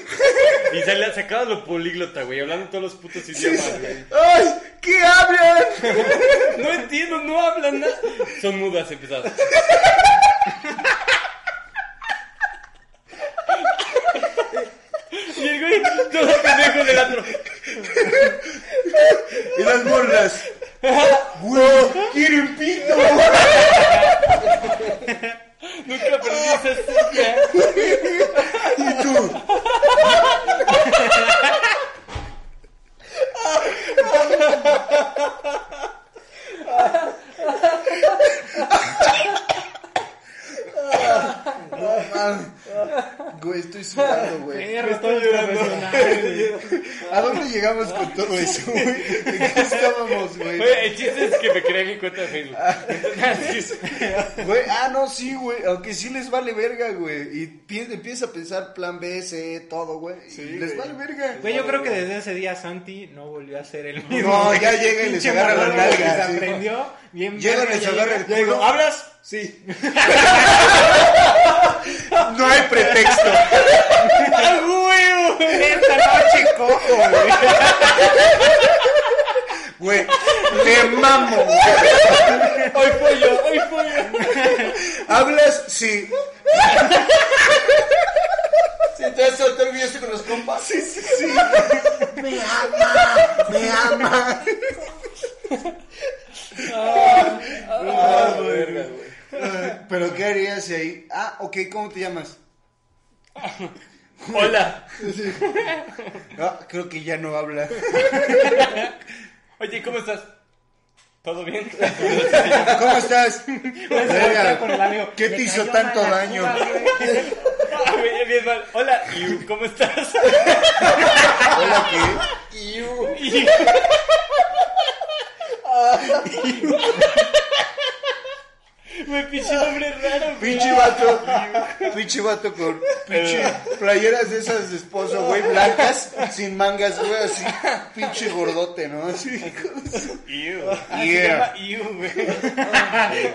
B: Y se le sacaba lo políglota, güey, hablando todos los putos idiomas, güey.
A: ¡Ay! ¿Qué hablan?
B: No entiendo, no hablan nada. Son mudas empezadas. Y el güey, todo pendejo del otro.
A: Y las morras. ¡Wow! ¡Quieren pito!
B: Nunca aprendí esa estrella.
A: ¿Y tú? No mames. Güey, estoy sudando, güey.
E: Perro, todo profesional, güey.
A: ¿A dónde llegamos con todo eso, güey? ¿En qué estábamos, güey?
B: Güey, el chiste es que me creé mi cuenta de Facebook.
A: Ah.
B: Entonces,
A: Güey, ah, no, sí, güey. Aunque sí les vale verga, güey. Y pi- empieza a pensar plan B, C, todo, güey. y les vale verga.
E: Güey, yo creo que desde ese día Santi no volvió a ser el mismo.
A: No, ya llega y les
E: Pinche
A: agarra la
E: morro, güey,
A: nalga.
E: Se
A: sí.
E: aprendió bien.
A: Llega y
E: verga,
A: les agarra el
E: llega.
A: culo.
D: ¿Hablas?
A: Sí. no hay pretexto.
E: ¡Ah, güey! Esta noche cojo, güey.
A: Güey, te mamo. güey.
B: hoy pollo, hoy pollo.
A: ¿Hablas? Sí.
C: Sí, entonces estoy orgulloso con los compas.
A: Me ama, me ama.
C: Ah,
B: Ah,
A: Ah, Pero ¿qué harías si ahí? Ah, ok, ¿cómo te llamas?
B: Hola.
A: Ah, creo que ya no habla.
B: Oye, ¿cómo estás? ¿Todo bien?
A: ¿Cómo estás? Verga,
E: Pues, Con el amigo.
A: ¿Qué
E: Le
A: te hizo
E: cayó
A: tanto
E: mal la
A: daño?
E: cuba, güey.
B: Ah, güey, bien mal. Hola, ¿y cómo estás?
A: Hola, ¿qué?
B: Y- Me pinche nombre raro, güey.
A: Pinche vato, pinche vato con pinche playeras de esas de esposo, güey, blancas, sin mangas, güey, así, pinche gordote, ¿no? Así,
B: Ah, se
A: Yeah.
B: llama Iu, güey.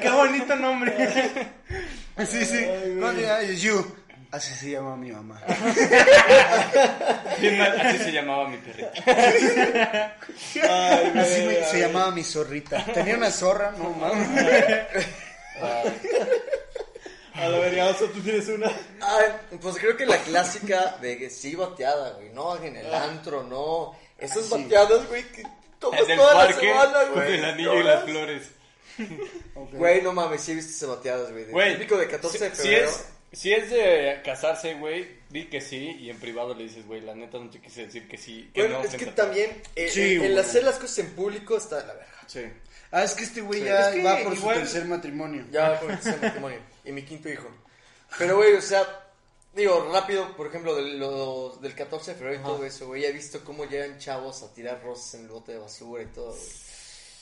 E: Qué bonito nombre.
A: sí, sí, no te llames you. Así se llama mi mamá.
B: Bien mal, así se llamaba mi perrito.
A: Así me- se llamaba mi zorrita. Tenía una zorra, no mames.
D: A la verga, oso, tú tienes una.
C: Ay, pues creo que la clásica de que sí bateada, güey. No, en el
B: Ah.
C: antro, no. Esas bateadas, güey, que tomas
B: En el
C: toda la
B: parque,
C: semana,
B: con
C: güey.
B: el anillo y
C: Lloras.
B: las flores.
C: Güey, no mames, sí he visto esas bateadas, güey. de-
B: Güey,
C: Típico de 14 de
B: si-
C: febrero.
B: Si es, si es de casarse, güey, di que sí y en privado le dices, güey, la neta no te quise decir que sí. Que
C: Bueno,
B: no,
C: es que
B: frente a-
C: también eh,
A: Sí,
C: el- el
A: güey.
C: hacer las cosas en público está de la verga.
B: Sí.
A: Ah, es que este güey ya
E: Es que
A: va por
E: igual-
A: su tercer matrimonio.
C: Ya comencé el matrimonio y mi quinto hijo. Pero, güey, o sea, digo, rápido, por ejemplo, de los- del 14 de febrero y todo eso, güey, ya he visto cómo llegan chavos a tirar rosas en el bote de basura y todo, güey.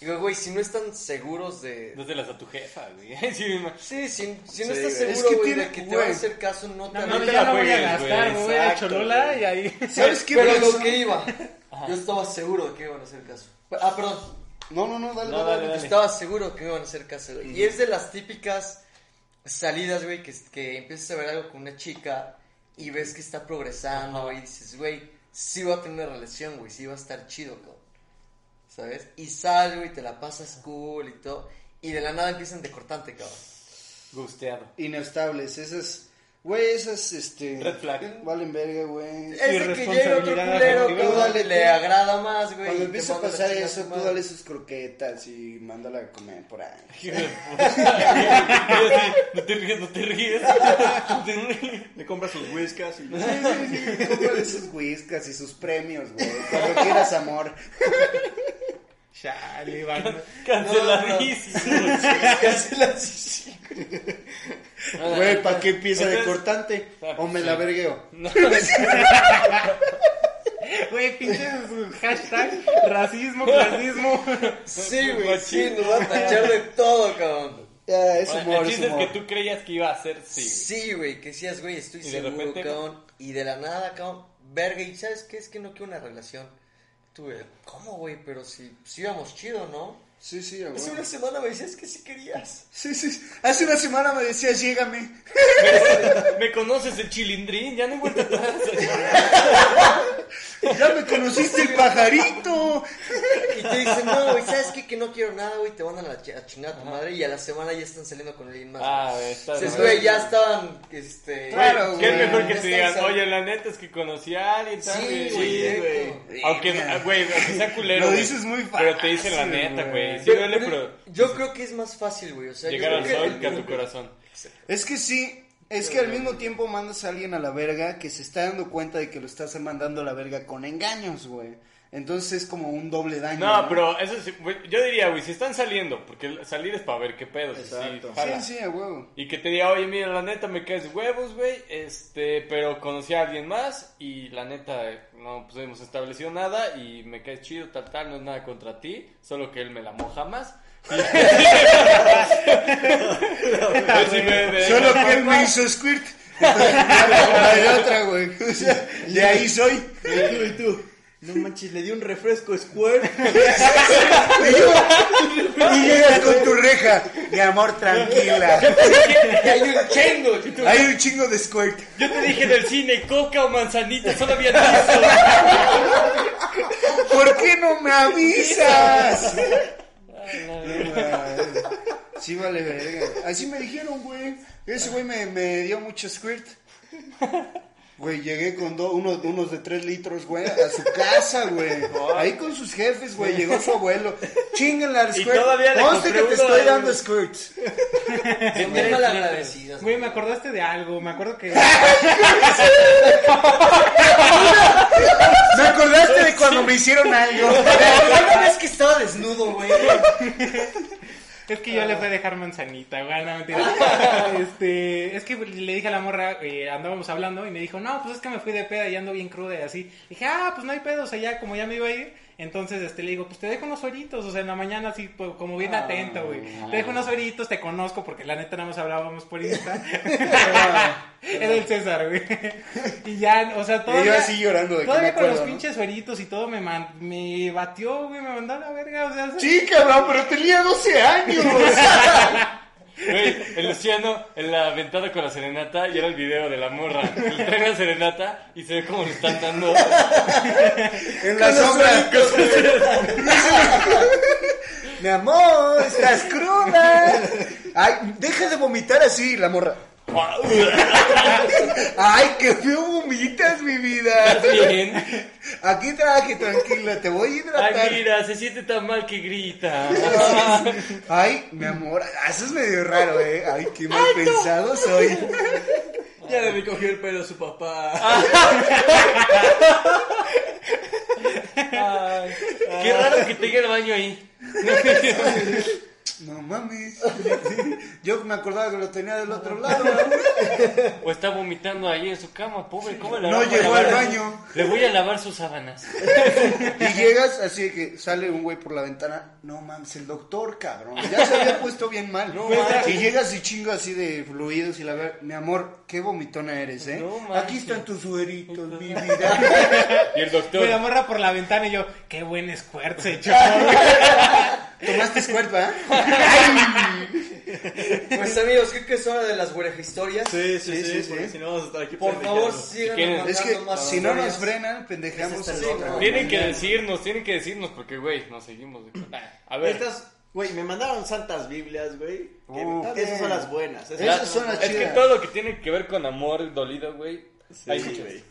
C: Digo, güey, si no están seguros de,
B: No te las a tu jefa, güey. Sí, mi ma-
C: Sí, si, si no
D: Sí,
C: estás
A: güey. Es
C: seguro,
A: que
C: güey, de
A: tiene-
C: que te
A: güey.
C: van a hacer caso, no te
E: No,
C: van
E: no,
C: a-
B: te
E: ya
B: la
E: no voy a
B: juegues, güey,
E: gastar, güey, de
D: exacto,
E: Cholula
D: güey.
E: y ahí.
A: ¿Sabes qué?
C: Pero
A: pasó?
C: lo que iba, yo estaba seguro de que iban a hacer caso.
A: Pues,
C: Ah, perdón,
A: No, no, no, dale,
B: No,
A: dale.
B: dale,
C: yo
B: dale.
C: estaba seguro que me iban a hacer caso, güey. Y es de las típicas salidas, güey, que, que empiezas a ver algo con una chica y ves que está progresando, güey, y dices, güey, sí va a tener una relación, güey, sí va a estar chido, cabrón. ¿Sabes? Y sal, güey, te la pasas cool y todo. Y de la nada empiezan de cortante, cabrón.
B: Gusteado.
A: Inestables, esas, güey, esas, este...
B: Red flag.
A: Valen verga, güey.
C: Es de que llega otro
E: Irresponsabilidad
C: culero que
A: afectiva.
C: dale, le agrada más, güey.
A: Cuando
C: y te
A: empieza a
C: manda la
A: pasar
C: chingada
A: eso,
C: su
A: tú
C: madre.
A: dale sus croquetas y mándala a comer por ahí.
B: no te ríes, no te ríes. No te ríes.
D: Le compras sus whiskas y.
A: Cómprale sus whiskas y sus premios, güey. Cuando quieras amor.
E: Chale, Iván.
B: Cancelarísimo.
A: Güey, ¿para qué empieza de
B: Entonces-
A: cortante?
B: Ah,
A: O me
B: sí.
A: la vergueo.
B: No,
E: Güey, pinches hashtag racismo, clasismo.
A: "Pues,
C: Sí, güey,
B: Machín.
C: sí, nos va a tachar de todo, cabrón.
A: Ya, es
B: el
A: humor, es
B: chiste es que
A: humor.
B: tú creías que iba a ser sí.
C: Sí, güey, que seas, güey, estoy
B: Y de
C: seguro,
B: repente-
C: cabrón. Y de la nada, cabrón, verga, ¿y sabes qué? Es que no quiero una relación. Tuve, ¿cómo, güey? Pero si, si íbamos chido, ¿no?
A: Sí, sí, a
C: Hace
A: huevo.
C: una semana me decías que sí querías.
A: Sí, sí. Hace una semana me decías, llégame.
B: ¿Me conoces el chilindrín? Ya no hay vuelta atrás.
A: Ya me conociste el pajarito.
C: Y te dicen, no, güey, ¿sabes qué? Que no quiero nada, güey. Te mandan a, la chi- a chingar a tu madre y a la semana ya están saliendo con alguien más.
B: Ah, güey, está
C: güey.
B: de
C: Dices, güey,
B: verdad.
C: ya estaban, este...
A: Claro,
B: ¿Qué
A: güey.
B: es mejor que te
C: Ya estás
B: digan?
C: al-
B: Oye, la neta es que conocí a alguien,
C: Sí,
B: tal,
C: güey,
B: Sí,
C: directo.
B: Aunque, ah, güey, aunque sea culero.
A: Lo
B: güey,
A: dices muy fácil.
B: Pero te dicen la neta, güey. Sí
C: Pero-
B: duele,
C: pero
B: pero.
C: Yo creo que es más fácil, güey. O sea, yo
B: Llegar al
C: creo que-
B: sol que a tu corazón.
A: Es que sí. Es que al mismo tiempo mandas a alguien a la verga que se está dando cuenta de que lo estás mandando a la verga con engaños, güey. Entonces es como un doble daño.
B: No, pero eso sí, güey, yo diría, güey, si están saliendo, porque salir es para ver qué pedo. si sí,
D: Exacto.
B: jala.
A: Sí, sí, a huevo.
B: Y que te diga, oye, mira, la neta me caes huevos, güey, este, pero conocí a alguien más y la neta eh, no pues, hemos establecido nada y me caes chido, tal, tal, no es nada contra ti, solo que él me la moja más. Pues sí me- me-
A: Solo que él me hizo squirt. Entonces, ya no hay otra, güey. O sea, de ahí soy.
D: Y tú, y tú. No manches, le di un refresco Squirt.
A: Y llegas con tu reja. Mi amor, tranquila.
C: Hay un chingo, y tú-
A: Hay un chingo de squirt.
B: Yo te dije del cine, coca o manzanita, solo había eso.
A: ¿Por qué no me avisas? Sí, vale, verga. Así me dijeron, güey. Ese güey me, me dio mucho squirt. Güey, llegué con do- unos, unos de tres litros, güey, a su casa, güey. Ahí con sus jefes, güey. Llegó su abuelo. Chinguen la squirt.
B: todavía le
A: Conste que
B: compré
A: te
B: uno,
A: estoy
B: eh.
A: dando squirt.
C: Son bien malagradecidas.
E: Güey, me acordaste de algo, me acuerdo que...
A: ¿Me acordaste de cuando me hicieron algo?
C: Una vez que estaba desnudo, güey.
E: Es que yo le fui a dejar manzanita, güey, no mentira. Este, es que le dije a la morra, eh, andábamos hablando y me dijo, no, pues es que me fui de peda y ando bien cruda y así. Dije, ah, pues no hay pedo, o sea, ya como ya me iba a ir, entonces este, le digo, pues te dejo unos horitos, o sea, en la mañana así, po- como bien atento, güey.
A: Ah.
E: Te dejo unos horitos, te conozco porque la neta nada más hablábamos por Insta. Era el César, güey. Y ya, o sea, todo.
A: Y yo así llorando de que me
E: Todavía con
A: acuerdo,
E: los
A: ¿no?
E: pinches horitos y todo me, man- me batió, güey, me mandó a la verga, o sea.
A: Sí, cabrón, pero tenía 12 años.
B: Güey, el Luciano en la ventana con la serenata y era el video de la morra. Le traen la serenata y se ve como le están dando.
A: En la sombra. Mi amor, estás cruda. Ay, deja de vomitar así, la morra. Ay, qué feo vomitas, mi vida.
B: ¿Estás bien?
A: Aquí traje, tranquila, te voy a
B: Ay,
A: hidratar.
B: mira, se siente tan mal que grita.
A: Ay, mi amor, eso es medio raro, eh. Ay, qué mal pensado soy.
D: Ya le recogió el pelo a su papá.
B: Qué raro que tenga el baño ahí.
A: No mames. Yo me acordaba que lo tenía del otro lado.
B: O está vomitando ahí en su cama, pobre. ¿Cómo le
A: No
B: voy a
A: llegó
B: lavar?
A: al baño.
B: Le voy a lavar sus sábanas.
A: Y llegas así de que sale un güey por la ventana. No mames, el doctor, cabrón. Ya se había puesto bien mal. y llegas y chingo así de fluidos y la ver, mi amor, qué vomitona eres, ¿eh?
B: No manches.
A: Aquí están tus sueritos, mi vida.
B: Y el
E: Güey, la
B: doctor.
E: morra por la ventana y yo, qué buen squirt se echó.
A: Tomaste cuerpo, ¿eh?
C: Pues amigos, creo que es hora de las historias.
D: Sí, sí, sí,
A: sí, sí.
D: porque si no vamos a estar aquí
C: Por favor,
D: pendejando.
C: sigan
B: quieren-
A: Es que si no nos
C: frenan
A: frenan, pendejamos
C: Ese
A: a
C: es el
A: la otra.
C: otro.
A: güey.
B: Tienen que decirnos, tienen que decirnos, porque, güey, nos seguimos. de- Ah, A ver.
D: Estas, güey, me mandaron santas Biblias, güey. que
A: Uh,
D: esas son
A: bien.
D: las buenas. Esas,
A: Esas son las
B: Es que
A: chidas.
B: todo lo que tiene que ver con amor dolido, güey.
D: Sí,
B: hay muchas.
D: güey.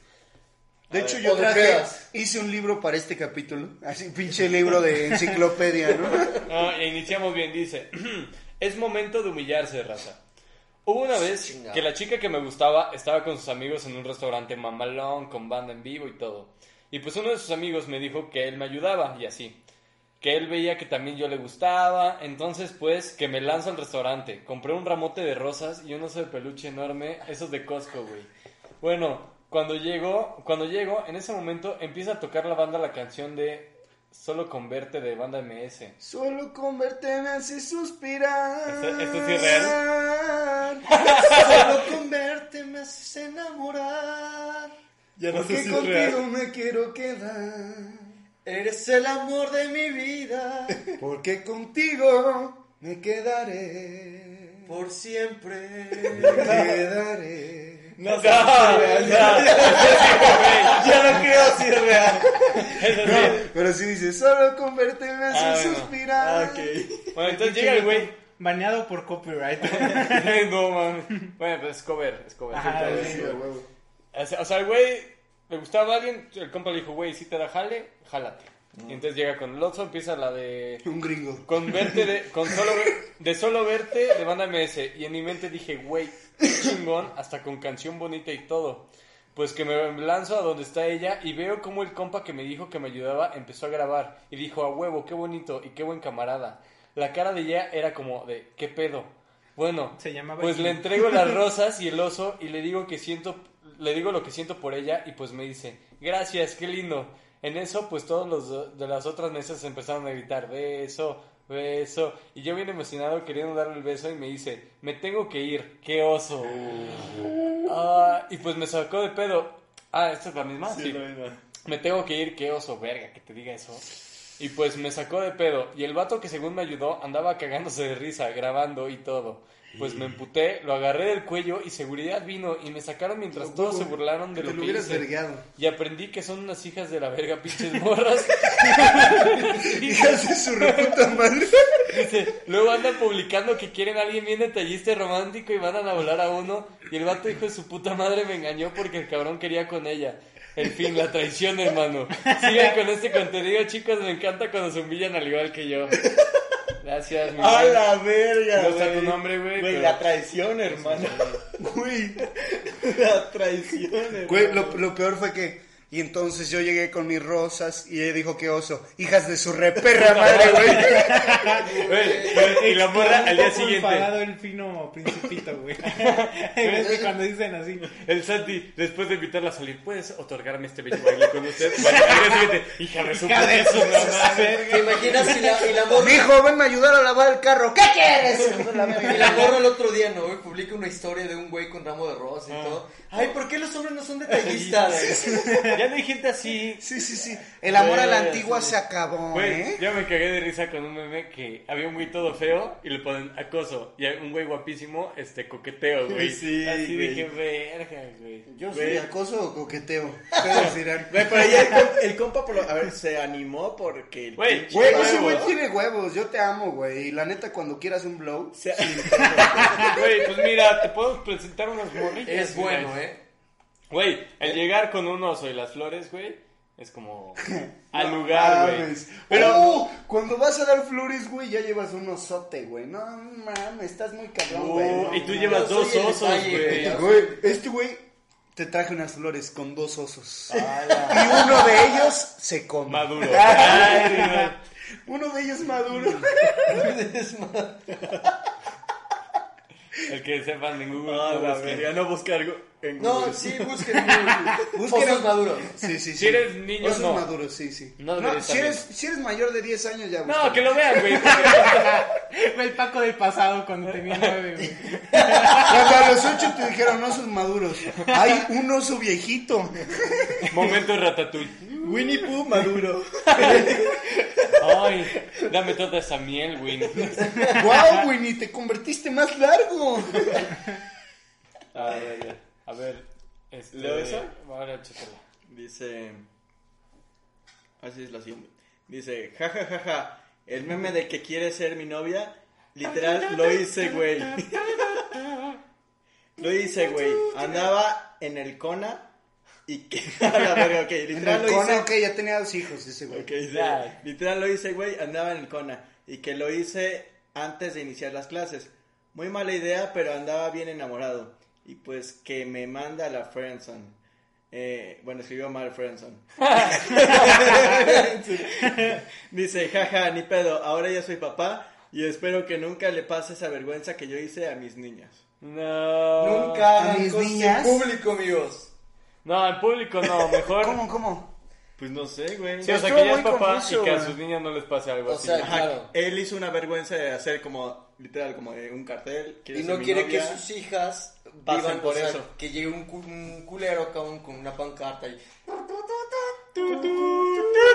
A: De
D: A
A: hecho,
D: ver,
A: yo
C: o de
A: traje,
C: pedas.
A: hice un libro para este capítulo. Así, pinche libro de enciclopedia, ¿no?
B: No, e iniciamos bien, dice. Es momento de humillarse, raza. Hubo una vez
C: Chinga.
B: que la chica que me gustaba estaba con sus amigos en un restaurante mamalón, con banda en vivo y todo. Y pues uno de sus amigos me dijo que él me ayudaba y así. Que él veía que también yo le gustaba. Entonces, pues, que me lanzo al restaurante. Compré un ramote de rosas y un oso de peluche enorme. Esos de Costco, güey. Bueno, cuando llego, cuando llego, en ese momento empieza a tocar la banda la canción de Solo Converte de Banda MS.
A: Solo convertirme me hace suspirar.
B: ¿Esto- esto sí es
A: real? Solo converte me hace enamorar.
D: Ya no sé
A: porque
D: si es
A: contigo
D: real.
A: me quiero quedar.
C: Eres el amor de mi vida.
A: Porque contigo me quedaré.
C: Por siempre.
A: Me quedaré.
B: No, no,
D: Ya no creo si es real.
B: no.
A: Pero si dices, solo convertirme en
B: Ah,
A: un
B: bueno.
A: suspirar.
B: Bueno, entonces llega el güey.
E: Baneado por copyright.
B: no mames. Bueno, pues es cover, es cover.
E: Ajá,
B: Entonces,
A: Sí, a huevo.
B: O sea, o sea, el güey le gustaba a alguien, el compa le dijo, güey, si te da jale, jálate. Y entonces llega con Lotso, empieza la de...
A: Un gringo.
B: Con verte de, con solo ver- de solo verte de banda MS. Y en mi mente dije, güey, qué chingón, hasta con canción bonita y todo. Pues que me lanzo a donde está ella y veo como el compa que me dijo que me ayudaba empezó a grabar. Y dijo, a huevo, qué bonito y qué buen camarada. La cara de ella era como de, qué pedo. Bueno,
E: Se llamaba
B: pues
E: Jim.
B: le entrego las rosas y el oso y le digo que siento, le digo lo que siento por ella y pues me dice, gracias, qué lindo. En eso, pues todos los do- de las otras mesas empezaron a gritar, beso, beso. Y yo bien emocionado queriendo darle el beso y me dice, me tengo que ir, qué oso. Ah, y pues me sacó de pedo. Ah, ¿esta es la misma? Sí. Me tengo que ir, qué oso, verga, que te diga eso. Y pues me sacó de pedo. Y el vato que según me ayudó andaba cagándose de risa, grabando y todo. Pues me emputé, lo agarré del cuello y seguridad vino y me sacaron mientras todos se burlaron de
A: Que
B: lo
A: te
B: que
A: lo hubieras
B: hice.
A: vergueado.
B: Y aprendí que son unas hijas de la verga, pinches morras.
A: Hijas de su reputa madre.
B: Dice, luego andan publicando que quieren a alguien bien detallista y romántico y mandan a volar a uno. Y el vato hijo de su puta madre me engañó porque el cabrón quería con ella. En fin, la traición, hermano. Sigan con este contenido, chicos. Me encanta cuando se humillan al igual que yo. Gracias, mi
D: A
B: güey.
D: la verga,
B: No está
D: güey.
B: tu nombre, güey,
D: Güey,
B: pero-
D: la traición, hermano.
A: Güey.
D: la traición, hermano.
A: Güey, lo, lo peor fue que. Y entonces yo llegué con mis rosas y ella dijo que oso. Hijas de su reperra madre, güey.
B: Güey, güey, Y la morra al día
E: Un poco
B: siguiente.
E: enfadado el fino principito, güey. ¿Ves que cuando dicen así?
B: El Santi, después de invitarla a salir, ¿puedes otorgarme este bello baile con usted? Bueno, al día siguiente, hija de su
E: Hija de su
B: mamá.
E: verga.
C: ¿Te imaginas si la, y la morra,
A: Mijo, venme a ayudar a lavar el carro. ¿Qué quieres?
C: y la morra el otro día, ¿no? güey? Publica una historia de un güey con ramo de rosas y todo. Ay, ¿por qué los hombres no son detallistas?
B: Ya no hay gente así.
A: Sí, sí, sí. El amor a la
B: Güey,
A: antigua se acabó,
B: Güey,
A: ¿eh?
B: yo me cagué de risa con un meme que había un güey todo feo y le ponen acoso y hay un güey guapísimo, este, coqueteo, güey.
D: Sí,
B: Así
D: güey.
B: dije, verga, güey.
A: Yo
D: soy
A: acoso o coqueteo. Ustedes dirán.
D: Güey, pero ya el, com- el compa, por lo- a ver, se animó porque. el
B: Güey,
D: pinche-
A: Güey, ese güey
B: Huevos.
A: tiene huevos. Yo te amo, güey. Y la neta, cuando quieras un blow.
D: se-
B: Güey, pues mira, te podemos presentar unos morrillos.
C: es bueno, ¿eh?
B: Güey, el llegar con un oso y las flores, güey, es como al lugar, güey.
A: mames.
B: Pero, uh,
A: Oh, cuando vas a dar flores, güey, ya llevas un osote, güey. No mames, estás muy cabrón, güey.
B: Uh,
A: No,
B: y tú
A: mames.
B: llevas
C: Yo
B: dos
C: soy el
B: osos,
C: detalle,
B: güey.
C: güey.
A: Güey, este güey te traje unas flores con dos osos.
D: A la-
A: Y uno de ellos se come.
B: Ah, Maduro.
A: Uno de ellos maduro.
B: El que sepan en Google.
D: a
B: no
D: la
B: busquen.
D: verga, no buscar algo en Google.
C: No, sí, busquen. güey.
A: Busquen-
C: Osos maduros.
A: Sí, sí, sí.
B: Si eres niño,
A: Osos
B: no.
A: maduros, sí, sí.
B: No
A: No,
B: deberías
A: si,
B: también.
A: eres, si eres mayor de 10 años ya,
B: No,
A: búscalo.
B: que lo vean, güey.
E: Fue el Paco del pasado cuando tenía nueve, güey.
A: Cuando a los 8 te dijeron osos maduros. Hay un oso viejito.
B: Momento ratatouille.
D: Winnie Pooh maduro.
B: Ay, dame toda esa miel, güey.
A: ¡Guau, güey! Ni te convertiste más largo.
B: A ver, a ver. Este,
D: ¿Leo eso?
B: Ahora chécala.
D: Dice. Así es la siguiente. Dice, jajajaja, el meme del que quiere ser mi novia, literal lo hice, güey. lo hice, güey. Andaba en el Cona y que a la verga, ok,
A: En
D: literal
A: el
D: lo
A: cono,
D: hice.
A: ok, ya tenía dos hijos ese güey.
D: Ok, dice,
B: Ya.
D: literal lo hice, güey, andaba en el Cona y que lo hice antes de iniciar las clases. Muy mala idea, pero andaba bien enamorado y pues que me manda a la friendzone. Eh, bueno, escribió mal friendzone. Sí. Dice, jaja, ni pedo, ahora ya soy papá y espero que nunca le pase esa vergüenza que yo hice a mis niñas.
B: No.
C: Nunca
A: ¿a
C: hagan
A: mis
C: cosas en
A: niñas?
C: público, amigos.
B: No, en público no, mejor.
A: ¿Cómo, cómo?
D: Pues no sé, güey.
B: Sí, o sea,
A: Estuvo
B: que ya es
A: muy
B: papá
A: confuso,
B: y que a
A: güey.
B: sus niñas no les pase algo
C: O
B: así.
C: sea,
B: Ajá.
D: Ajá,
C: Claro.
D: Él hizo una vergüenza de hacer como, literal, como de un cartel.
C: Y
D: "¿Quieres
C: no
D: ser mi
C: quiere que
D: novia?".
C: sus hijas
D: Pasen
C: vivan
D: por
C: por eso.
D: eso.
C: Que llegue un, cu- un culero acá un- con una pancarta y.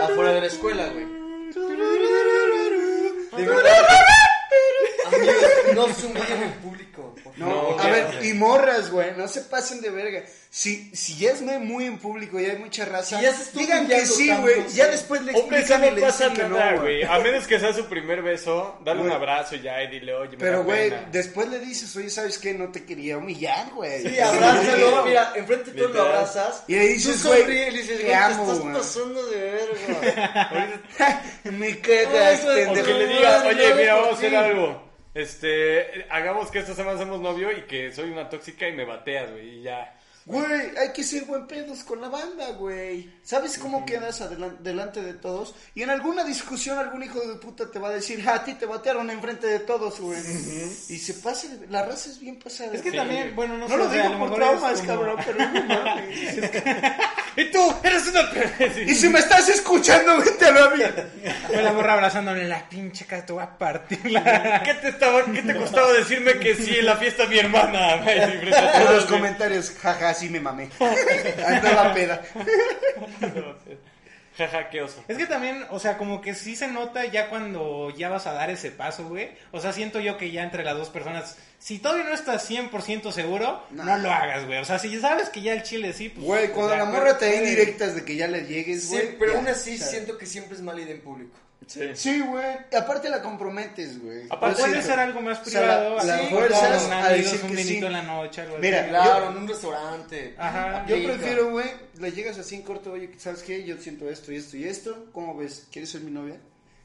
C: afuera de la escuela, güey. De verdad. Amigos, no zumben en público. por
A: No,
C: favor.
A: a ver, y morras, güey, no se pasen de verga. Si, si ya es muy muy en público y hay mucha raza,
C: Si ya se estuvo
A: digan que
C: humillando
A: sí,
C: tanto,
A: güey. Ya
C: sí.
A: después le
B: Hombre, eso
A: explican y
B: no
A: le
B: pasa
A: dicen que
B: nada,
A: no,
B: güey. A menos que sea su primer beso, dale un
A: Güey.
B: abrazo ya y dile, oye, me
A: Pero,
B: da
A: güey,
B: pena.
A: después le dices, oye, ¿sabes qué? No te quería humillar, güey.
C: Sí, abrázalo, mira, enfrente de todos lo
B: Literal.
C: abrazas.
A: Y le dices,
C: tú
A: güey,
C: sonríe y le dices,
A: te
C: güey, te
A: amo,
C: estás
A: güey.
C: pasando de verga.
A: Me cagas,
C: Ay, güey,
B: O que
A: pendejo.
B: le digas,
C: Madre,
B: oye,
C: no,
B: mira,
C: por
B: vamos a hacer
C: fin.
B: algo. Este, hagamos que esta semana seamos novio y que soy una tóxica y me bateas, güey, y ya.
A: Güey, hay que ser buen pedos con la banda, güey. ¿Sabes cómo quedas adelan- delante de todos? Y en alguna discusión algún hijo de puta te va a decir, "Ah, a ti te batearon enfrente de todos, güey. Y se pasa, de- la raza es bien pasada.
E: Es que
A: güey.
E: también, bueno, no,
A: no,
E: sé,
A: lo
E: o sea, a
A: digo por
E: mejor es
A: traumas,
E: como-
A: cabrón, pero no mames.
B: Y tú, eres una...
A: Y si me estás escuchando, vete a la mierda.
E: Fue la morra abrazándole la pinche cara, te voy a partirla.
B: ¿Qué te, estaba, ¿Qué te costaba decirme que sí en la fiesta mi hermana? güey? Y frente a
A: En los
B: todos, güey.
A: comentarios, jaja, sí me mamé. Andaba peda.
B: Jaja, qué oso.
E: Es que también, o sea, como que sí se nota ya cuando ya vas a dar ese paso, güey. O sea, siento yo que ya entre las dos personas, si todavía no estás 100% seguro,
A: No.
E: no lo hagas, güey. O sea, si ya sabes que ya el chile sí, pues...
A: Güey, cuando
E: o
A: la
E: sea,
A: morra
E: güey,
A: te da
E: güey.
A: indirectas de que ya le llegues,
C: Sí,
A: güey.
C: pero
A: ya,
C: aún así
A: o sea,
C: siento que siempre es mala idea en público.
A: Sí, güey. Aparte la comprometes, güey.
E: Aparte,
A: Yo
E: puede
A: siento.
E: ser algo más
A: O sea, la-
E: privado,
A: la
E: así,
A: fuerzas
E: con
A: a
E: amigos,
A: decir
E: un
A: que sí.
E: vinito en la noche, algo así.
A: Mira,
C: Claro, en un restaurante.
E: Ajá.
A: Yo
C: Rico.
A: prefiero, güey, le llegas así en corto, oye, ¿sabes qué? Yo siento esto y esto y esto. ¿Cómo ves? ¿Quieres ser mi novia?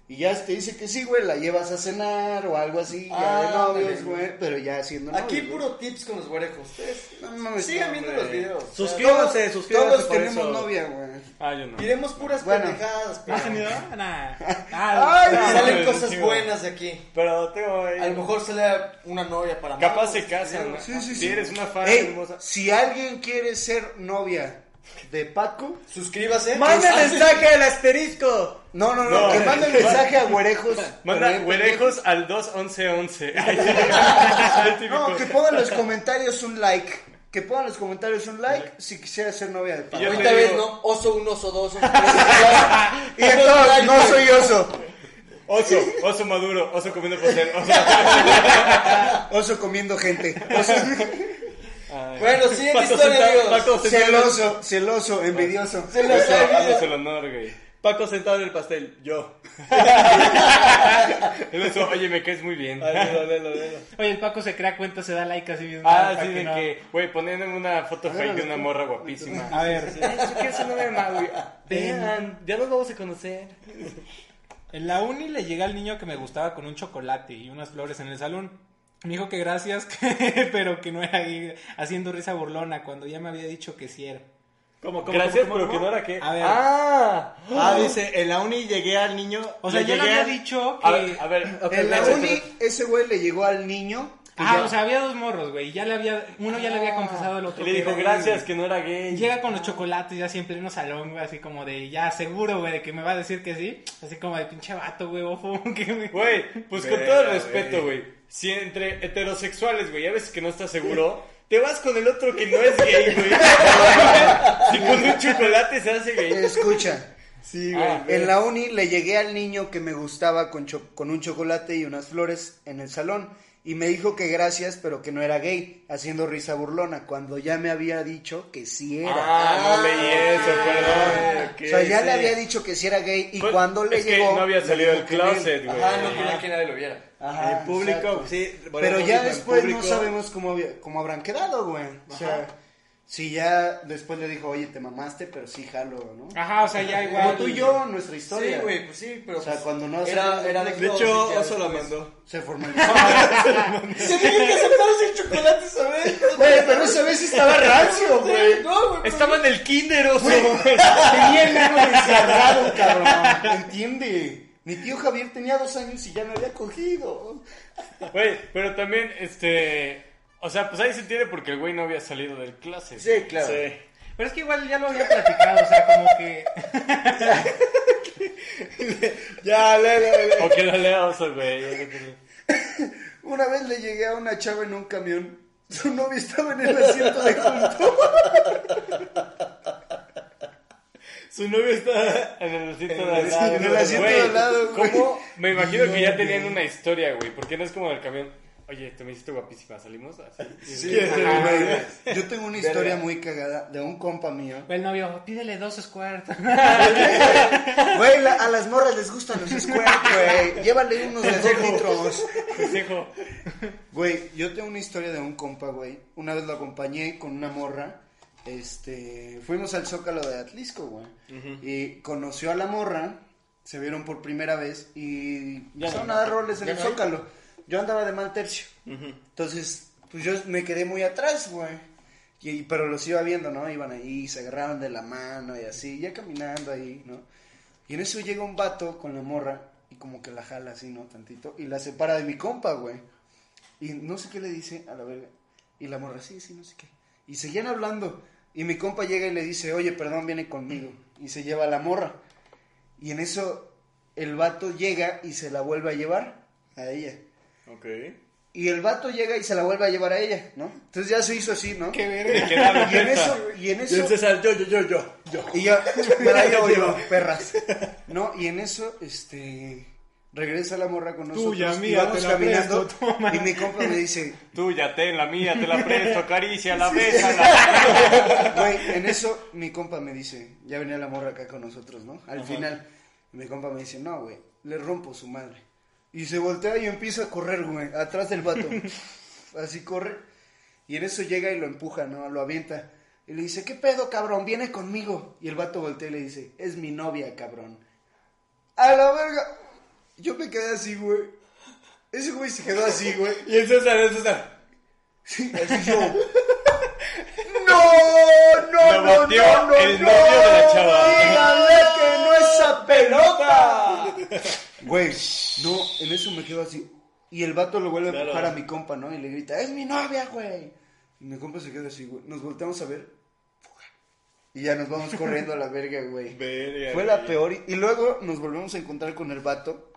A: Y ya si te dice que sí, güey, la llevas a cenar o algo así, ya de
C: Ah,
A: novios,
C: ándale.
A: güey, pero ya siendo novios.
C: Aquí
A: güey.
C: puro tips con los güerejos. Ustedes
A: No mames,
C: Sigan
A: no,
C: viendo
A: güey.
C: los videos. o sea,
D: Suscríbanse, suscríbanse.
A: Todos
D: por
A: tenemos
D: eso.
A: novia, güey.
B: Ah, yo no.
C: Diremos puras
A: Bueno.
C: pendejadas,
E: ¿No
C: pero
E: has
B: Ah,
E: tenido? Nah.
A: Ay,
E: nah.
A: sale-
C: salen
B: no,
C: cosas
B: sí,
C: buenas de aquí.
B: Pero tengo ahí...
C: A lo mejor sale una novia para
B: Capaz
C: Marcos,
B: se casan, ¿no?
C: ¿sí?
A: Sí, sí,
B: Si
A: sí. Eh,
B: eres una fan
A: Ey,
B: hermosa...
A: si alguien quiere ser novia de Paco,
C: Suscríbase.
B: Ah,
D: ¡Manda
C: Pues,
D: mensaje al asterisco!
A: no, no, no,
B: No.
A: que mande mensaje a Güerejos.
B: Manda
A: Güere-
B: güerejos al 21111. Ay, sí. El típico.
A: eh, No, que pongan en los comentarios un like. Que pongan en los comentarios un like si quisiera ser novia de Paco.
B: yo
C: Ahorita
B: te
C: ves,
B: digo-
C: ¿no? Oso 1, oso 2, oso 3.
A: Y entonces, no soy oso.
B: Oso, oso maduro, oso comiendo pastel, oso...
A: Oso comiendo gente. Oso
C: Bueno, siguiente
B: Paco
C: historia,
B: sentado-
C: amigos.
B: Paco sentado-
A: celoso, celoso, envidioso.
B: Oso, haznos el honor, güey.
D: Paco sentado en el pastel, yo.
B: El oso, oye, me caes muy bien.
D: Ay, Lelo, lelo, lelo.
E: Oye, el Paco se crea cuenta, se da like a sí mismo.
B: Ah,
E: para
B: sí, de
E: no-
B: que, güey, poniéndome una foto fake de una morra guapísima.
E: A ver,
B: ¿Qué es el nombre de Maui? Vean, ya nos vamos a conocer.
E: En la uni le llegué al niño que me gustaba con un chocolate y unas flores en el salón. Me dijo que gracias, que- pero que no era ahí haciendo risa burlona cuando ya me había dicho que sí era.
D: ¿Cómo, cómo,
B: Gracias,
D: cómo,
B: pero
D: cómo,
B: que no
D: cómo?
B: era que.
E: A ver.
B: Ah,
D: Ah, dice, en la uni llegué al niño.
E: O sea,
D: le
E: ya le
D: llegué
E: había
D: al-
E: dicho que...
B: a ver, a ver.
D: Ok,
A: En la
D: gracias,
A: uni, ese güey le llegó al niño. que
B: pues
E: Ah,
A: ya-
E: o sea, había dos morros, güey. y Ya le había... Uno ya le había confesado al
B: Ah. Y
E: otro.
B: le
E: que
B: dijo
E: era gay,
B: gracias,
E: güey.
B: que no era gay.
E: Llega con los chocolates ya siempre en pleno salón, güey, así como de ya seguro, güey, de que me va a decir que sí. Así como de pinche vato, güey, bofo. que me-
B: Güey, pues con
D: Verga,
B: todo el respeto, güey. Si entre heterosexuales, güey, a veces que no estás seguro, te vas con el otro que no es gay, güey. si con un chocolate se hace gay.
A: Escucha.
D: Sí, güey.
B: Ah,
A: En la uni le llegué al niño que me gustaba con, cho- con un chocolate y unas flores en el salón y me dijo que gracias pero que no era gay, haciendo risa burlona, cuando ya me había dicho que sí era.
B: Ah, no leí eso, perdón.
A: o sea, ya
D: Ah, sí.
A: le había dicho que sí era gay y
B: Pues,
A: cuando le
B: es que
A: llegó...
B: no había
A: le
B: salido
A: dijo
B: del
A: que no.
B: closet, güey.
C: Ajá, no quería que nadie lo viera.
A: Ajá,
D: en público,
A: Ah, exacto.
D: sí. por
A: Pero
D: eso
A: ya
D: mismo, en
A: después no
D: público.
A: sabemos cómo, había- cómo habrán quedado, güey. O sea, si ya después le dijo, oye, te mamaste, pero sí jalo, ¿no?
E: Ajá, o sea, Ah, ya igual.
A: Como tú y yo, nuestra historia.
C: Sí, güey, pues sí, pero.
A: O sea,
C: pues,
A: cuando no
C: Era,
A: se-
C: era de
D: De hecho, Oso la mandó.
A: Se formalizó.
C: Se tenía que aceptar ese chocolate, ¿sabes?
A: Güey, pero esa vez estaba rancio, güey.
C: No, güey. pues
B: Estaba en el kinder, oso.
A: Tenía el ano desgarrado, cabrón. ¿Entiende? Mi tío Javier tenía dos años y ya me había cogido.
B: Güey, pero también, este. O sea, pues ahí se entiende porque el güey no había salido del clase.
C: Sí, claro.
D: Sí.
E: Pero es que igual ya lo había platicado, o sea, como que...
D: Ya, lelo, lelo.
B: O que la lea oso, güey.
A: Una vez le llegué a una chava en un camión. Su novio estaba en el asiento de junto.
B: Su novio está en el asiento de al
A: el-
B: lado.
A: en el asiento de al lado, güey.
B: ¿Cómo? Me imagino
C: No,
B: que ya
C: güey.
B: tenían una historia, güey. Porque no es como el camión. Oye, te me hiciste guapísima, salimos así.
A: Ajá, güey. Yo tengo una historia muy cagada de un compa mío.
E: El novio, pídele dos squirts.
A: Güey, la- a las morras les gustan los squirts, güey. Llévale unos de dos litros.
B: Consejo.
A: Güey, yo tengo una historia de un compa, güey. Una vez lo acompañé con una morra. Este, fuimos al Zócalo de Atlisco, güey. Y conoció a la morra, se vieron por primera vez y
B: Ya
A: empezaron
B: no,
A: a dar roles en
C: ya
A: el
C: no hay.
A: Zócalo. Yo andaba de mal tercio. Entonces, pues yo me quedé muy atrás, güey. Y, y- pero los iba viendo, ¿no? Iban ahí, se agarraban de la mano y así, ya caminando ahí, ¿no? Y en eso llega un vato con la morra y como que la jala así, ¿no? Tantito. Y la separa de mi compa, güey. Y no sé qué le dice a la verga. Y la morra, sí, sí, no sé qué. Y seguían hablando. Y mi compa llega y le dice, oye, perdón, viene conmigo. Y se lleva a la morra. Y en eso el vato llega y se la vuelve a llevar a ella.
D: Ok.
A: Y el vato llega y se la vuelve a llevar a ella, ¿no? Entonces ya se hizo así, ¿no?
E: Qué
B: Te
E: verga.
B: quedaron
A: Y en
B: neta.
A: eso, y en eso,
D: César, yo, yo, yo, yo.
A: y ya, me la llevo yo, perras. No, y en eso, este, regresa la morra con nosotros.
E: Tuya,
A: y
E: mía,
A: vamos
E: te la
A: caminando,
E: presto, toma.
A: y mi compa me dice,
B: Tú ya ten la mía, te la presto, caricia, la besa, la...
A: Güey, en eso mi compa me dice, ya venía la morra acá con nosotros, ¿no? Al final, mi compa me dice, no, güey, le rompo su madre. Y se voltea y empieza a correr, güey, atrás del vato. Así corre. Y en eso llega y lo empuja, ¿no? Lo avienta. Y le dice, ¿qué pedo, cabrón? Viene conmigo. Y el vato voltea y le dice, es mi novia, cabrón. A la verga. Yo me quedé así, güey. Ese güey se quedó así, güey.
B: Y el César, el César.
A: Así yo. No, no,
B: Lo
A: no,
B: batió
A: no, no,
B: el
A: no.
B: novio de la chava.
A: Díganle que no esa pelota. Güey, no, en eso me quedo así. Y el vato lo vuelve a empujar a mi compa, ¿no? Y le grita, es mi novia, güey. Y mi compa se queda así, güey. Nos volteamos a ver. Y ya nos vamos corriendo a la verga, güey.
B: Verga,
A: Fue la
B: güey.
A: peor. Y, y luego nos volvemos a encontrar con el vato.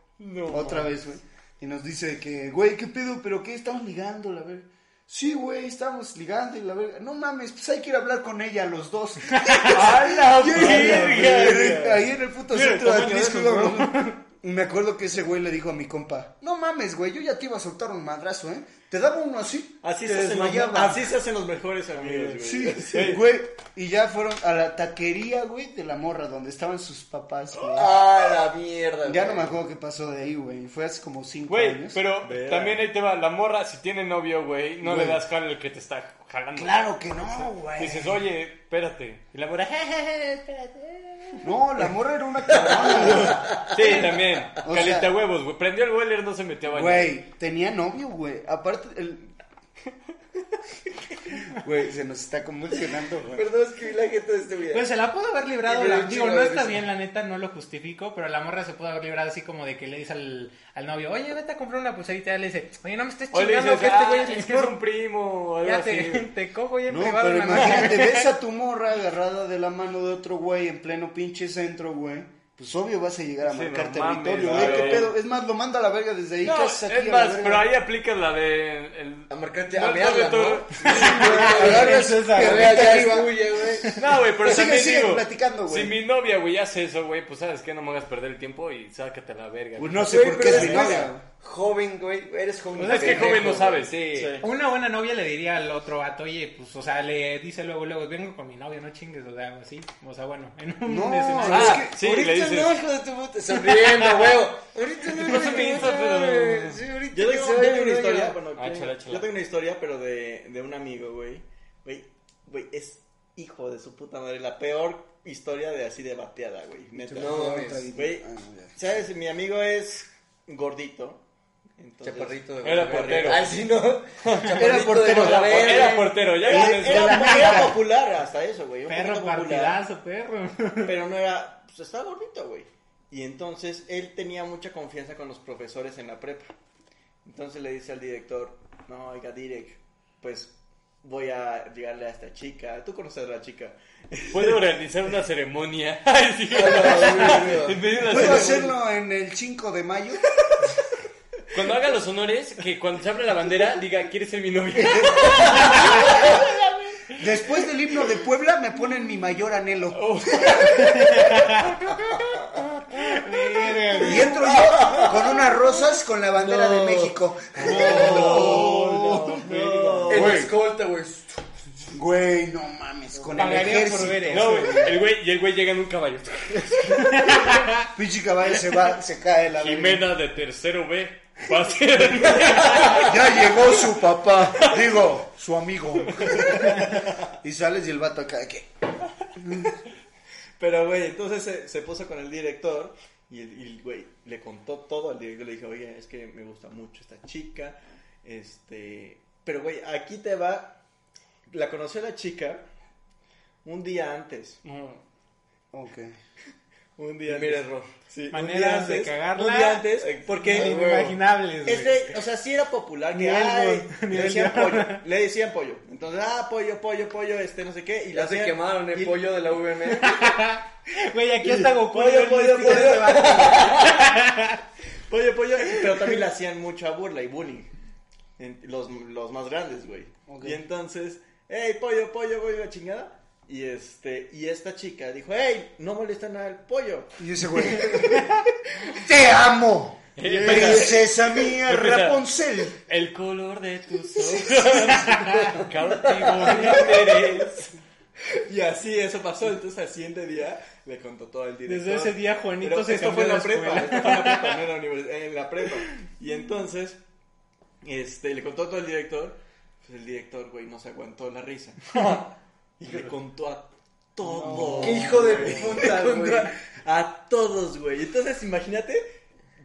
A: otra vez, güey. Y nos dice que, güey, ¿qué pedo? ¿Pero qué? Estamos ligando, la verga. Sí, güey, estamos ligando y la verga. No mames, pues hay que ir a hablar con ella, los dos.
B: ¡A la
A: Yo llegué
B: verga!
A: Ahí en el puto
B: Mira,
A: centro de
B: tamaño de
A: Atlisco
B: esos
A: íbamos. Y me acuerdo que ese güey le dijo a mi compa, no mames, güey, yo ya te iba a soltar un madrazo, ¿eh? Te daba uno así,
D: Así
A: te
D: se, hacen los,
A: desmayaba.
D: así se hacen los mejores amigos, güey.
A: Sí, sí, güey. Y ya fueron a la taquería, güey, de la morra, donde estaban sus papás, güey.
C: Ah, la mierda.
A: Ya no
C: güey.
A: me acuerdo qué pasó de ahí, güey. Fue hace como cinco
B: Güey,
A: años.
B: pero también ahí te va, la morra, si tiene novio, güey, no le das jale al que te está jalando.
A: Claro que no, güey.
B: Dices, oye, espérate. Y la morra, "Jejeje, espérate.
A: No, la morra era una cabrona,
B: Sí, también.
A: O
B: Caleta
A: sea-
B: huevos, güey. Prendió el boiler, no se metió a
A: güey.
B: bañar.
A: Güey, tenía novio, güey. Aparte, el... Güey, se nos está convulsionando, güey.
C: Perdón, es que vi la gente de este video.
E: Pues se la pudo haber librado.
C: Y
E: la-
C: luego
E: digo,
C: chingo
E: no
C: de
E: está
C: risa.
E: bien, la neta, no lo justifico. Pero la morra se pudo haber librado así como de que le dice al, al novio, oye, vete a comprar una pulserita. Y le dice, oye, no me estés
B: O le
E: chingando
B: dices,
E: que este güey
B: "Ah,
E: es
B: es que es un primo o algo
E: Ya
B: así.
E: te, te cojo y en
A: No,
E: privado
A: pero
E: en la noche".
A: imagínate, ves a tu morra agarrada de la mano de otro güey en pleno pinche centro, güey. Pues obvio vas a llegar a
B: Sí,
A: marcar
B: no mames,
A: territorio,
B: güey.
A: güey. ¿Qué pedo? Es más, lo manda a la verga desde ahí.
B: No,
A: ¿qué haces aquí a
B: es
A: la
B: más,
A: verga?
B: pero ahí aplicas la de... El...
C: A marcarte a
B: No,
C: mearla,
B: no, no.
C: ¿no?
A: Agarras
E: Esa,
A: que
C: Que
A: vea
C: vea
A: que
C: ya es
A: arriba.
C: tuya, güey.
B: No, güey, pero
A: Sigue,
B: también
A: sigue
B: digo,
A: platicando, güey.
B: si mi novia, güey, hace eso, güey, pues sabes que no me hagas perder el tiempo y sácate a la verga.
A: Pues
B: güey.
A: no sé
C: Güey,
A: por qué
C: pero
A: es mi
C: eres
A: novia, güey.
C: Joven, güey. Eres joven.
B: Pues es que
C: pendejo,
B: joven no
C: güey.
B: sabe, sí.
E: Una buena novia le diría al otro vato, oye, pues, o sea, le dice luego, luego, vengo con mi novia, no chingues, o sea, así, o sea, bueno, en un
A: No,
E: escenario.
A: es
B: Ah,
A: que
B: sí,
C: ahorita
B: le dices...
C: no, hijo de tu puta. Sonriendo, huevo. Ahorita no,
B: No se me hizo, pero-
C: Sí, ahorita
D: Yo
C: que
D: tengo,
C: se
D: yo tengo
C: vaya mi
D: una
C: novia.
D: historia, bueno,
B: Ah,
D: que-
B: échala, échala.
D: yo tengo una historia, pero de, de un amigo, güey. Güey, güey, es hijo de su puta madre, la peor historia de así de bateada, güey. Neta.
C: No, mames.
D: Güey,
A: Ah, no, ya.
D: ¿sabes? Mi amigo es gordito. entonces-
C: Chaparrito de
B: Era portero.
C: Ay, Ah, sí, no.
A: Era portero.
B: Era, por- era
C: portero.
B: portero, ya
D: Era,
B: vienes-
A: la
D: era- era
A: América.
D: popular hasta eso, güey. un
E: Perro
D: poquito popular.
E: partidazo, perro.
D: pero no era, pues estaba gordito, güey. Y entonces él tenía mucha confianza con los profesores en la prepa. Entonces le dice al director, no, oiga, direct, pues voy a llegarle a esta chica. Tú conoces a la chica.
B: Puedo organizar una ceremonia. Ay, sí. En medio de la
A: ¿Puedo
B: ceremonia.
A: hacerlo en el 5 de mayo?
B: Cuando haga los honores, que cuando se abra la bandera diga, ¿quieres ser mi novia?
A: Después del himno de Puebla me ponen mi mayor anhelo.
E: Verga,
A: Y entro yo con unas rosas con la bandera de México.
C: El
B: Güey.
C: escolta, güey.
A: Güey, no mames, con el
E: Pagaría por ver
A: ejército.
B: No, güey, el güey, y el güey llega en un caballo.
A: Pinche caballo se va, se cae la verga.
B: Jimena de tercero B. Va a ser-
A: Ya llegó su papá, digo, su amigo. Y sales y el vato acá de que
D: Pero, güey, entonces se, se puso con el director y, el, y el güey le contó todo al director. Le dije, oye, es que me gusta mucho esta chica. Este. Pero, güey, aquí te va. La conoció la chica un día antes.
B: No.
A: Ok.
D: Un día
C: Primer
D: antes.
C: error.
D: Sí, un
E: Maneras
D: día
E: de cagarla.
D: Un día antes, porque.
E: Inimaginables, güey.
D: Este, o sea, sí era popular. Que,
E: Nivel,
D: ay,
E: güey.
D: le decían
E: Nivel.
D: pollo. Le decían pollo. Entonces, ah, pollo, pollo, pollo, este, no sé qué. Y
C: Ya
D: la
C: se quemaron el
D: y-
C: pollo de la VM.
E: Güey, aquí hasta Goku.
D: Pollo,
E: le dio el
D: pollo,
E: vestido
D: pollo.
E: de vaca.
D: Pollo, pollo, pero también le hacían mucha burla y bullying. En- Los, los más grandes, güey.
A: Ok.
D: Y entonces, hey, pollo, pollo, güey, la chingada. Y este, y esta chica dijo, hey, no molestan al pollo.
A: Y ese güey, te amo,
B: Y empieza-
A: princesa mía,
B: empieza-
A: Rapunzel.
B: El color de tus ojos. Cautivo de interés.
D: Y así eso pasó. Entonces al siguiente día le contó todo el director.
E: Desde ese día, Juanito
D: Pero
E: se
D: esto
E: cambió
D: fue en
E: de
D: la prepa,
E: escuela.
D: esto fue en la prepa, no en la universidad, en la prepa. Y entonces, este, le contó todo al director, pues el director, güey, no se aguantó la risa. Y le contó a todos.
C: Qué hijo de
D: güey.
C: puta,
D: Le contó a-
C: güey.
D: A todos, güey. Entonces, imagínate,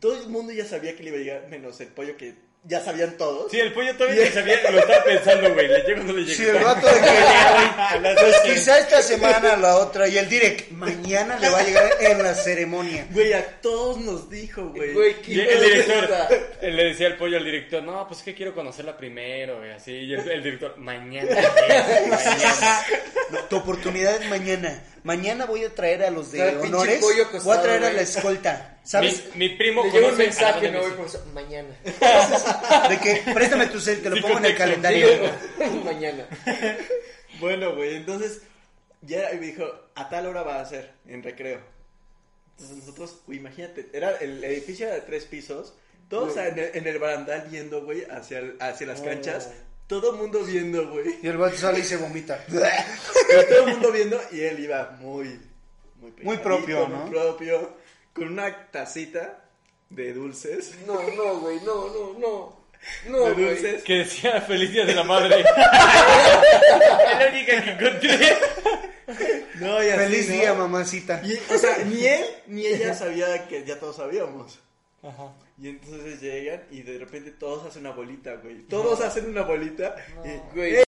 D: todo el mundo ya sabía que le iba a llegar, menos el pollo que ya sabían todos.
B: Sí, el pollo todavía ni sabía, lo estaba pensando, güey. ¿Le llego o no le llego?
A: Si el vato de que, pues quizá esta semana, la otra, y el direct, mañana le va a llegar en la ceremonia.
D: Güey, a todos nos dijo, güey.
C: Güey, qué
B: Y
C: hijo
B: el
C: de
B: director
C: puta.
B: eh, le decía al pollo al director, no, pues que quiero conocerla primero, güey, así. Y el, el director, mañana, güey, mañana.
A: No, tu oportunidad es mañana. Mañana voy a traer a los de
C: Trae pinche
A: honores.
C: pollo
A: voy a
C: costado,
A: traer a
C: güey.
A: la escolta. ¿Sabes?
B: Mi, mi primo
C: Le llega un
B: conoce a la
C: mensaje,
B: doña
C: no, güey,
B: Lucy.
C: por eso, mañana.
A: De que préstame tu cel, te lo
B: Sí,
A: pongo en el
B: contexto.
A: calendario.
C: mañana.
D: Bueno, güey, entonces ya me dijo, a tal hora va a ser, en recreo. Entonces nosotros, güey, imagínate, era el edificio era de tres pisos, todos en el, en el barandal viendo, güey, hacia, el- hacia las canchas, todo el mundo viendo, güey.
A: Y el vato sale y se vomita.
D: Pero todo el mundo viendo y él iba muy...
A: Muy
D: Muy, peinadito,
A: propio,
D: muy
A: ¿no?
D: propio, con una tacita de dulces.
C: No, no, güey, no, no, no.
D: de
C: No, güey.
D: dulces.
B: Que decía feliz día de la madre. es la única que encontré.
D: No, y así,
A: Feliz
D: ¿no?
A: día, mamacita.
D: Y, o sea, ni él ni ella sabía que ya todos sabíamos. Y entonces llegan y de repente todos hacen una bolita, güey. Todos hacen una bolita. Y,
C: Güey.
D: güey.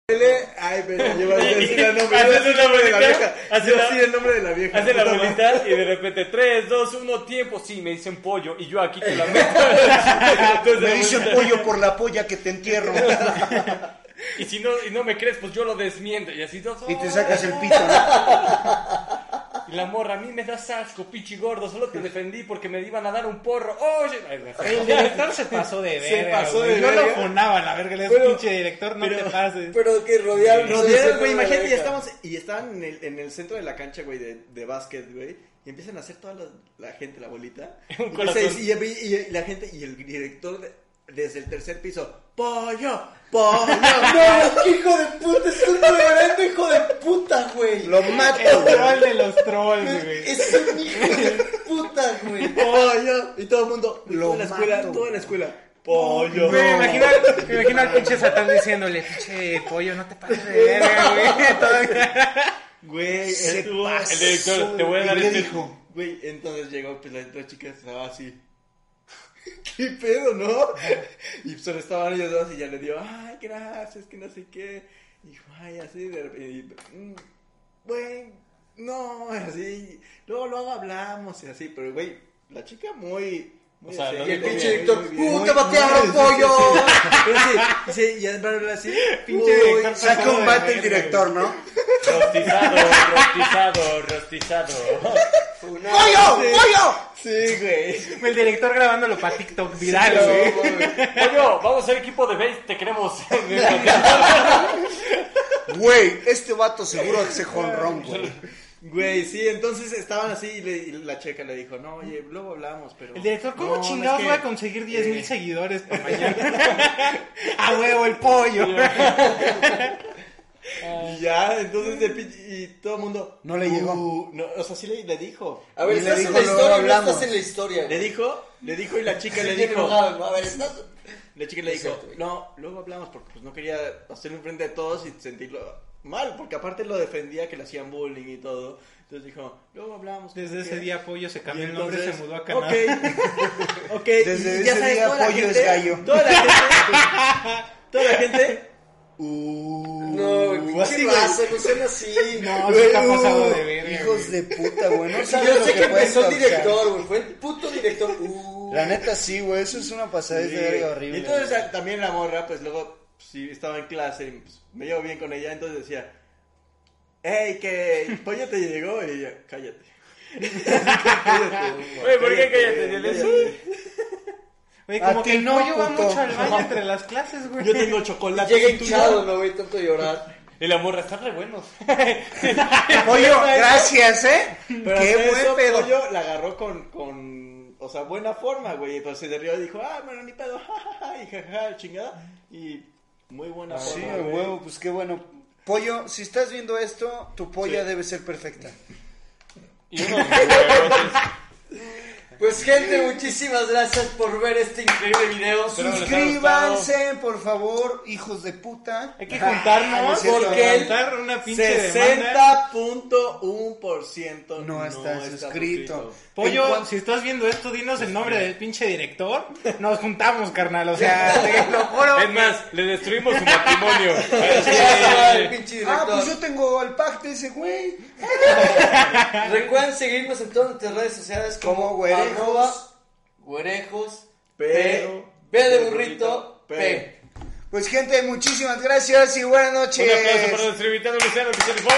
D: Ay, pero yo iba a decir el nombre, yo iba
B: Haces una
D: a decir el nombre de la
B: bolita,
D: vieja.
B: haces
D: Yo
B: la-
D: sí, el nombre de la vieja.
B: Hace la
D: puta madre.
B: bolita y de repente, 3, 2, 1, tiempo. Sí, me dicen pollo y yo aquí que la meto. Entonces,
A: Me
B: la
A: dicen
B: bolita,
A: pollo por la polla que te entierro.
B: Y si no, y no me crees, pues yo lo desmiento. Y así dos. oh,
A: Y te sacas el pito, ¿no?
B: Y la morra, a mí me das asco, pichi gordo. Solo te defendí porque me iban a dar un porro. Oye. Ay, no sé.
E: El director se pasó de verga.
D: Se pasó
E: güey.
D: de
E: Yo lo
D: verga.
E: fonaba, la verga. Le dije,
C: Pero-
E: pinche director, no te pases.
C: Pero que rodearon.
D: Rodearon, güey, imagínate, ya estamos, y estaban en el, en el centro de la cancha, güey, de, de básquet, güey, y empiezan a hacer toda la, la gente, la bolita,
B: Un
D: Empieza a
B: corazón.
D: decir- y, y- y la gente, y el director de- desde el tercer piso, pollo, pollo,
C: No, qué hijo de puta, es un reverendo hijo de puta, güey.
A: Lo mato,
E: El
A: güey.
E: troll de los trolls, güey.
C: Es un hijo de puta, güey.
D: pollo, y todo el mundo,
A: Lo
D: toda la escuela,
A: mato.
D: toda la escuela, pollo,
E: Güey, me imagino, al- me imagino al pinche Satán diciéndole, pinche pollo, no te pases de verga, güey. Todavía-
D: güey,
A: Se
D: estuvo-
A: pasó.
B: El director, te voy a
A: ¿Y
B: dar
A: qué
B: este-
A: dijo?
D: güey, entonces llegó, pues la otra chica estaba así, ¿qué pedo, no? Y solo estaban ellos dos y ya le dio, ay, gracias, que no sé qué, y dijo, ay, así, de repente, y, "Mm, güey, no, así, luego, luego hablamos y así, pero güey, la chica muy... muy
B: O sea,
D: seria,
B: no
C: Y el
B: Muy
C: pinche
B: bien,
C: Víctor,
D: muy bien.
C: ¡puta,
D: Muy-
C: batearon,
D: muy- sí, sí,
C: pollo!
D: Pero sí, sí, y además habla así,
E: Pinche
D: muy-
E: director
A: Saca
E: pasado
A: un
E: de
A: bate el
E: verga,
A: director, ¿no?
B: Rostizado, rostizado, rostizado.
A: ¡Pollo! ¡Pollo!
D: Sí, güey.
E: güey. El director grabándolo para TikTok viral,
D: Sí,
E: güey.
D: no, güey.
B: Pollo, vamos a ser equipo de base, te queremos.
A: Güey, este vato seguro que se jonrón, güey.
D: Güey, sí, entonces estaban así y, le- y la checa le dijo, no, oye, luego hablamos, pero...
E: El director, ¿cómo
D: No, no es
E: chingados
D: que-
E: voy a conseguir 10 mil
D: Eh.
E: seguidores para mañana? a "Ah, huevo, el pollo.
D: Y ya, entonces de pinche- y todo el mundo...
A: No le llegó.
D: "Uh", no, o sea, sí le, le dijo.
C: A ver,
A: Y le
C: estás
A: digo,
C: en la
A: luego
C: historia, o no
A: hablamos.
C: estás en la historia.
D: Le dijo, le dijo y la chica le
C: bien
D: dijo...
C: enojado, ¿no? A ver, estás...
D: La chica le dijo,
C: Exacto, güey.
D: no, luego hablamos porque pues no quería hacerlo enfrente de todos y sentirlo mal, porque aparte lo defendía que le hacían bullying y todo. Entonces dijo, luego hablamos.
E: Desde
D: porque-
E: ese día, pollo se
D: Y
E: cambió el nombre y
D: entonces,
E: se mudó a Canadá.
D: Ok, ok.
A: Desde
D: y ya
A: ese
D: sabes,
A: día,
D: toda la
A: pollo
D: gente-
A: es gallo.
D: Toda la gente, toda la gente
A: Uh,
C: No, güey,
D: así,
C: pinche
D: güey.
C: raza, no sean así.
E: No, se está pasado de verga.
A: Hijos de puta, güey. No sabes
C: Yo
A: lo
C: sé que
A: pueden
C: empezó el
A: causar.
C: director, güey. Fue el puto director. Uh.
A: La neta sí, güey. Eso es una pasada
D: Sí,
A: de verga horrible.
D: Y entonces
A: güey.
D: a- también la morra, pues luego, si estaba en clase, y, pues, me llevo bien con ella, entonces decía, hey, que el pollo te llegó, y ella, cállate. cállate.
B: Güey, ¿por qué cállate?
E: Güey,
A: A
E: como
A: ti
E: que el
A: no,
E: pollo va
A: puto.
E: mucho al baño entre las clases, güey.
D: Yo tengo chocolate.
C: Llega
D: y tú
C: hinchado,
D: no.
C: ¿no, güey? Tanto llorar.
B: Y la morra, están re buenos.
A: Pollo, gracias, ¿eh?
D: Pero
A: Qué
D: hasta
A: buen
D: eso,
A: pedo.
D: Pollo la agarró con, con, o sea, buena forma, güey. Entonces se rió y dijo, ah, bueno, ni pedo, jajaja, y jajaja, chingada. Y muy buena
A: Ah, Sí,
D: forma.
A: a
D: güey.
A: huevo, pues qué bueno. Pollo, si estás viendo esto, tu polla
D: Sí.
A: debe ser perfecta.
B: Y unos huevotes.
C: Pues, gente, muchísimas gracias por ver este increíble video.
B: Pero les ha
A: Suscríbanse, por favor, hijos de puta.
E: Hay que juntarnos
A: Ah, no es
E: porque
A: cierto.
E: levantar una pinche demanda.
D: 60.1% no,
A: No está suscrito.
E: Pollo,
A: En cuan-
E: si estás viendo esto, dinos el nombre del pinche director. Nos juntamos, carnal. O sea, te lo juro.
B: Es más, le destruimos su matrimonio.
C: El pinche
A: Ah,
C: director.
A: pues yo tengo al pack de ese güey.
C: Recuerden seguirnos en todas nuestras redes sociales como
A: Como Güerejos.
C: arroba güerejos,
D: Pero-
C: P, B de burrito,
D: P.
C: P.
A: Pues gente, muchísimas gracias y buenas noches.
B: Un aplauso para nuestro invitado Luciano que se rifó.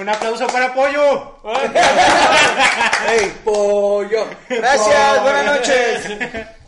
E: Un aplauso para Pollo.
A: Ey,
C: Pollo.
A: gracias, buenas noches.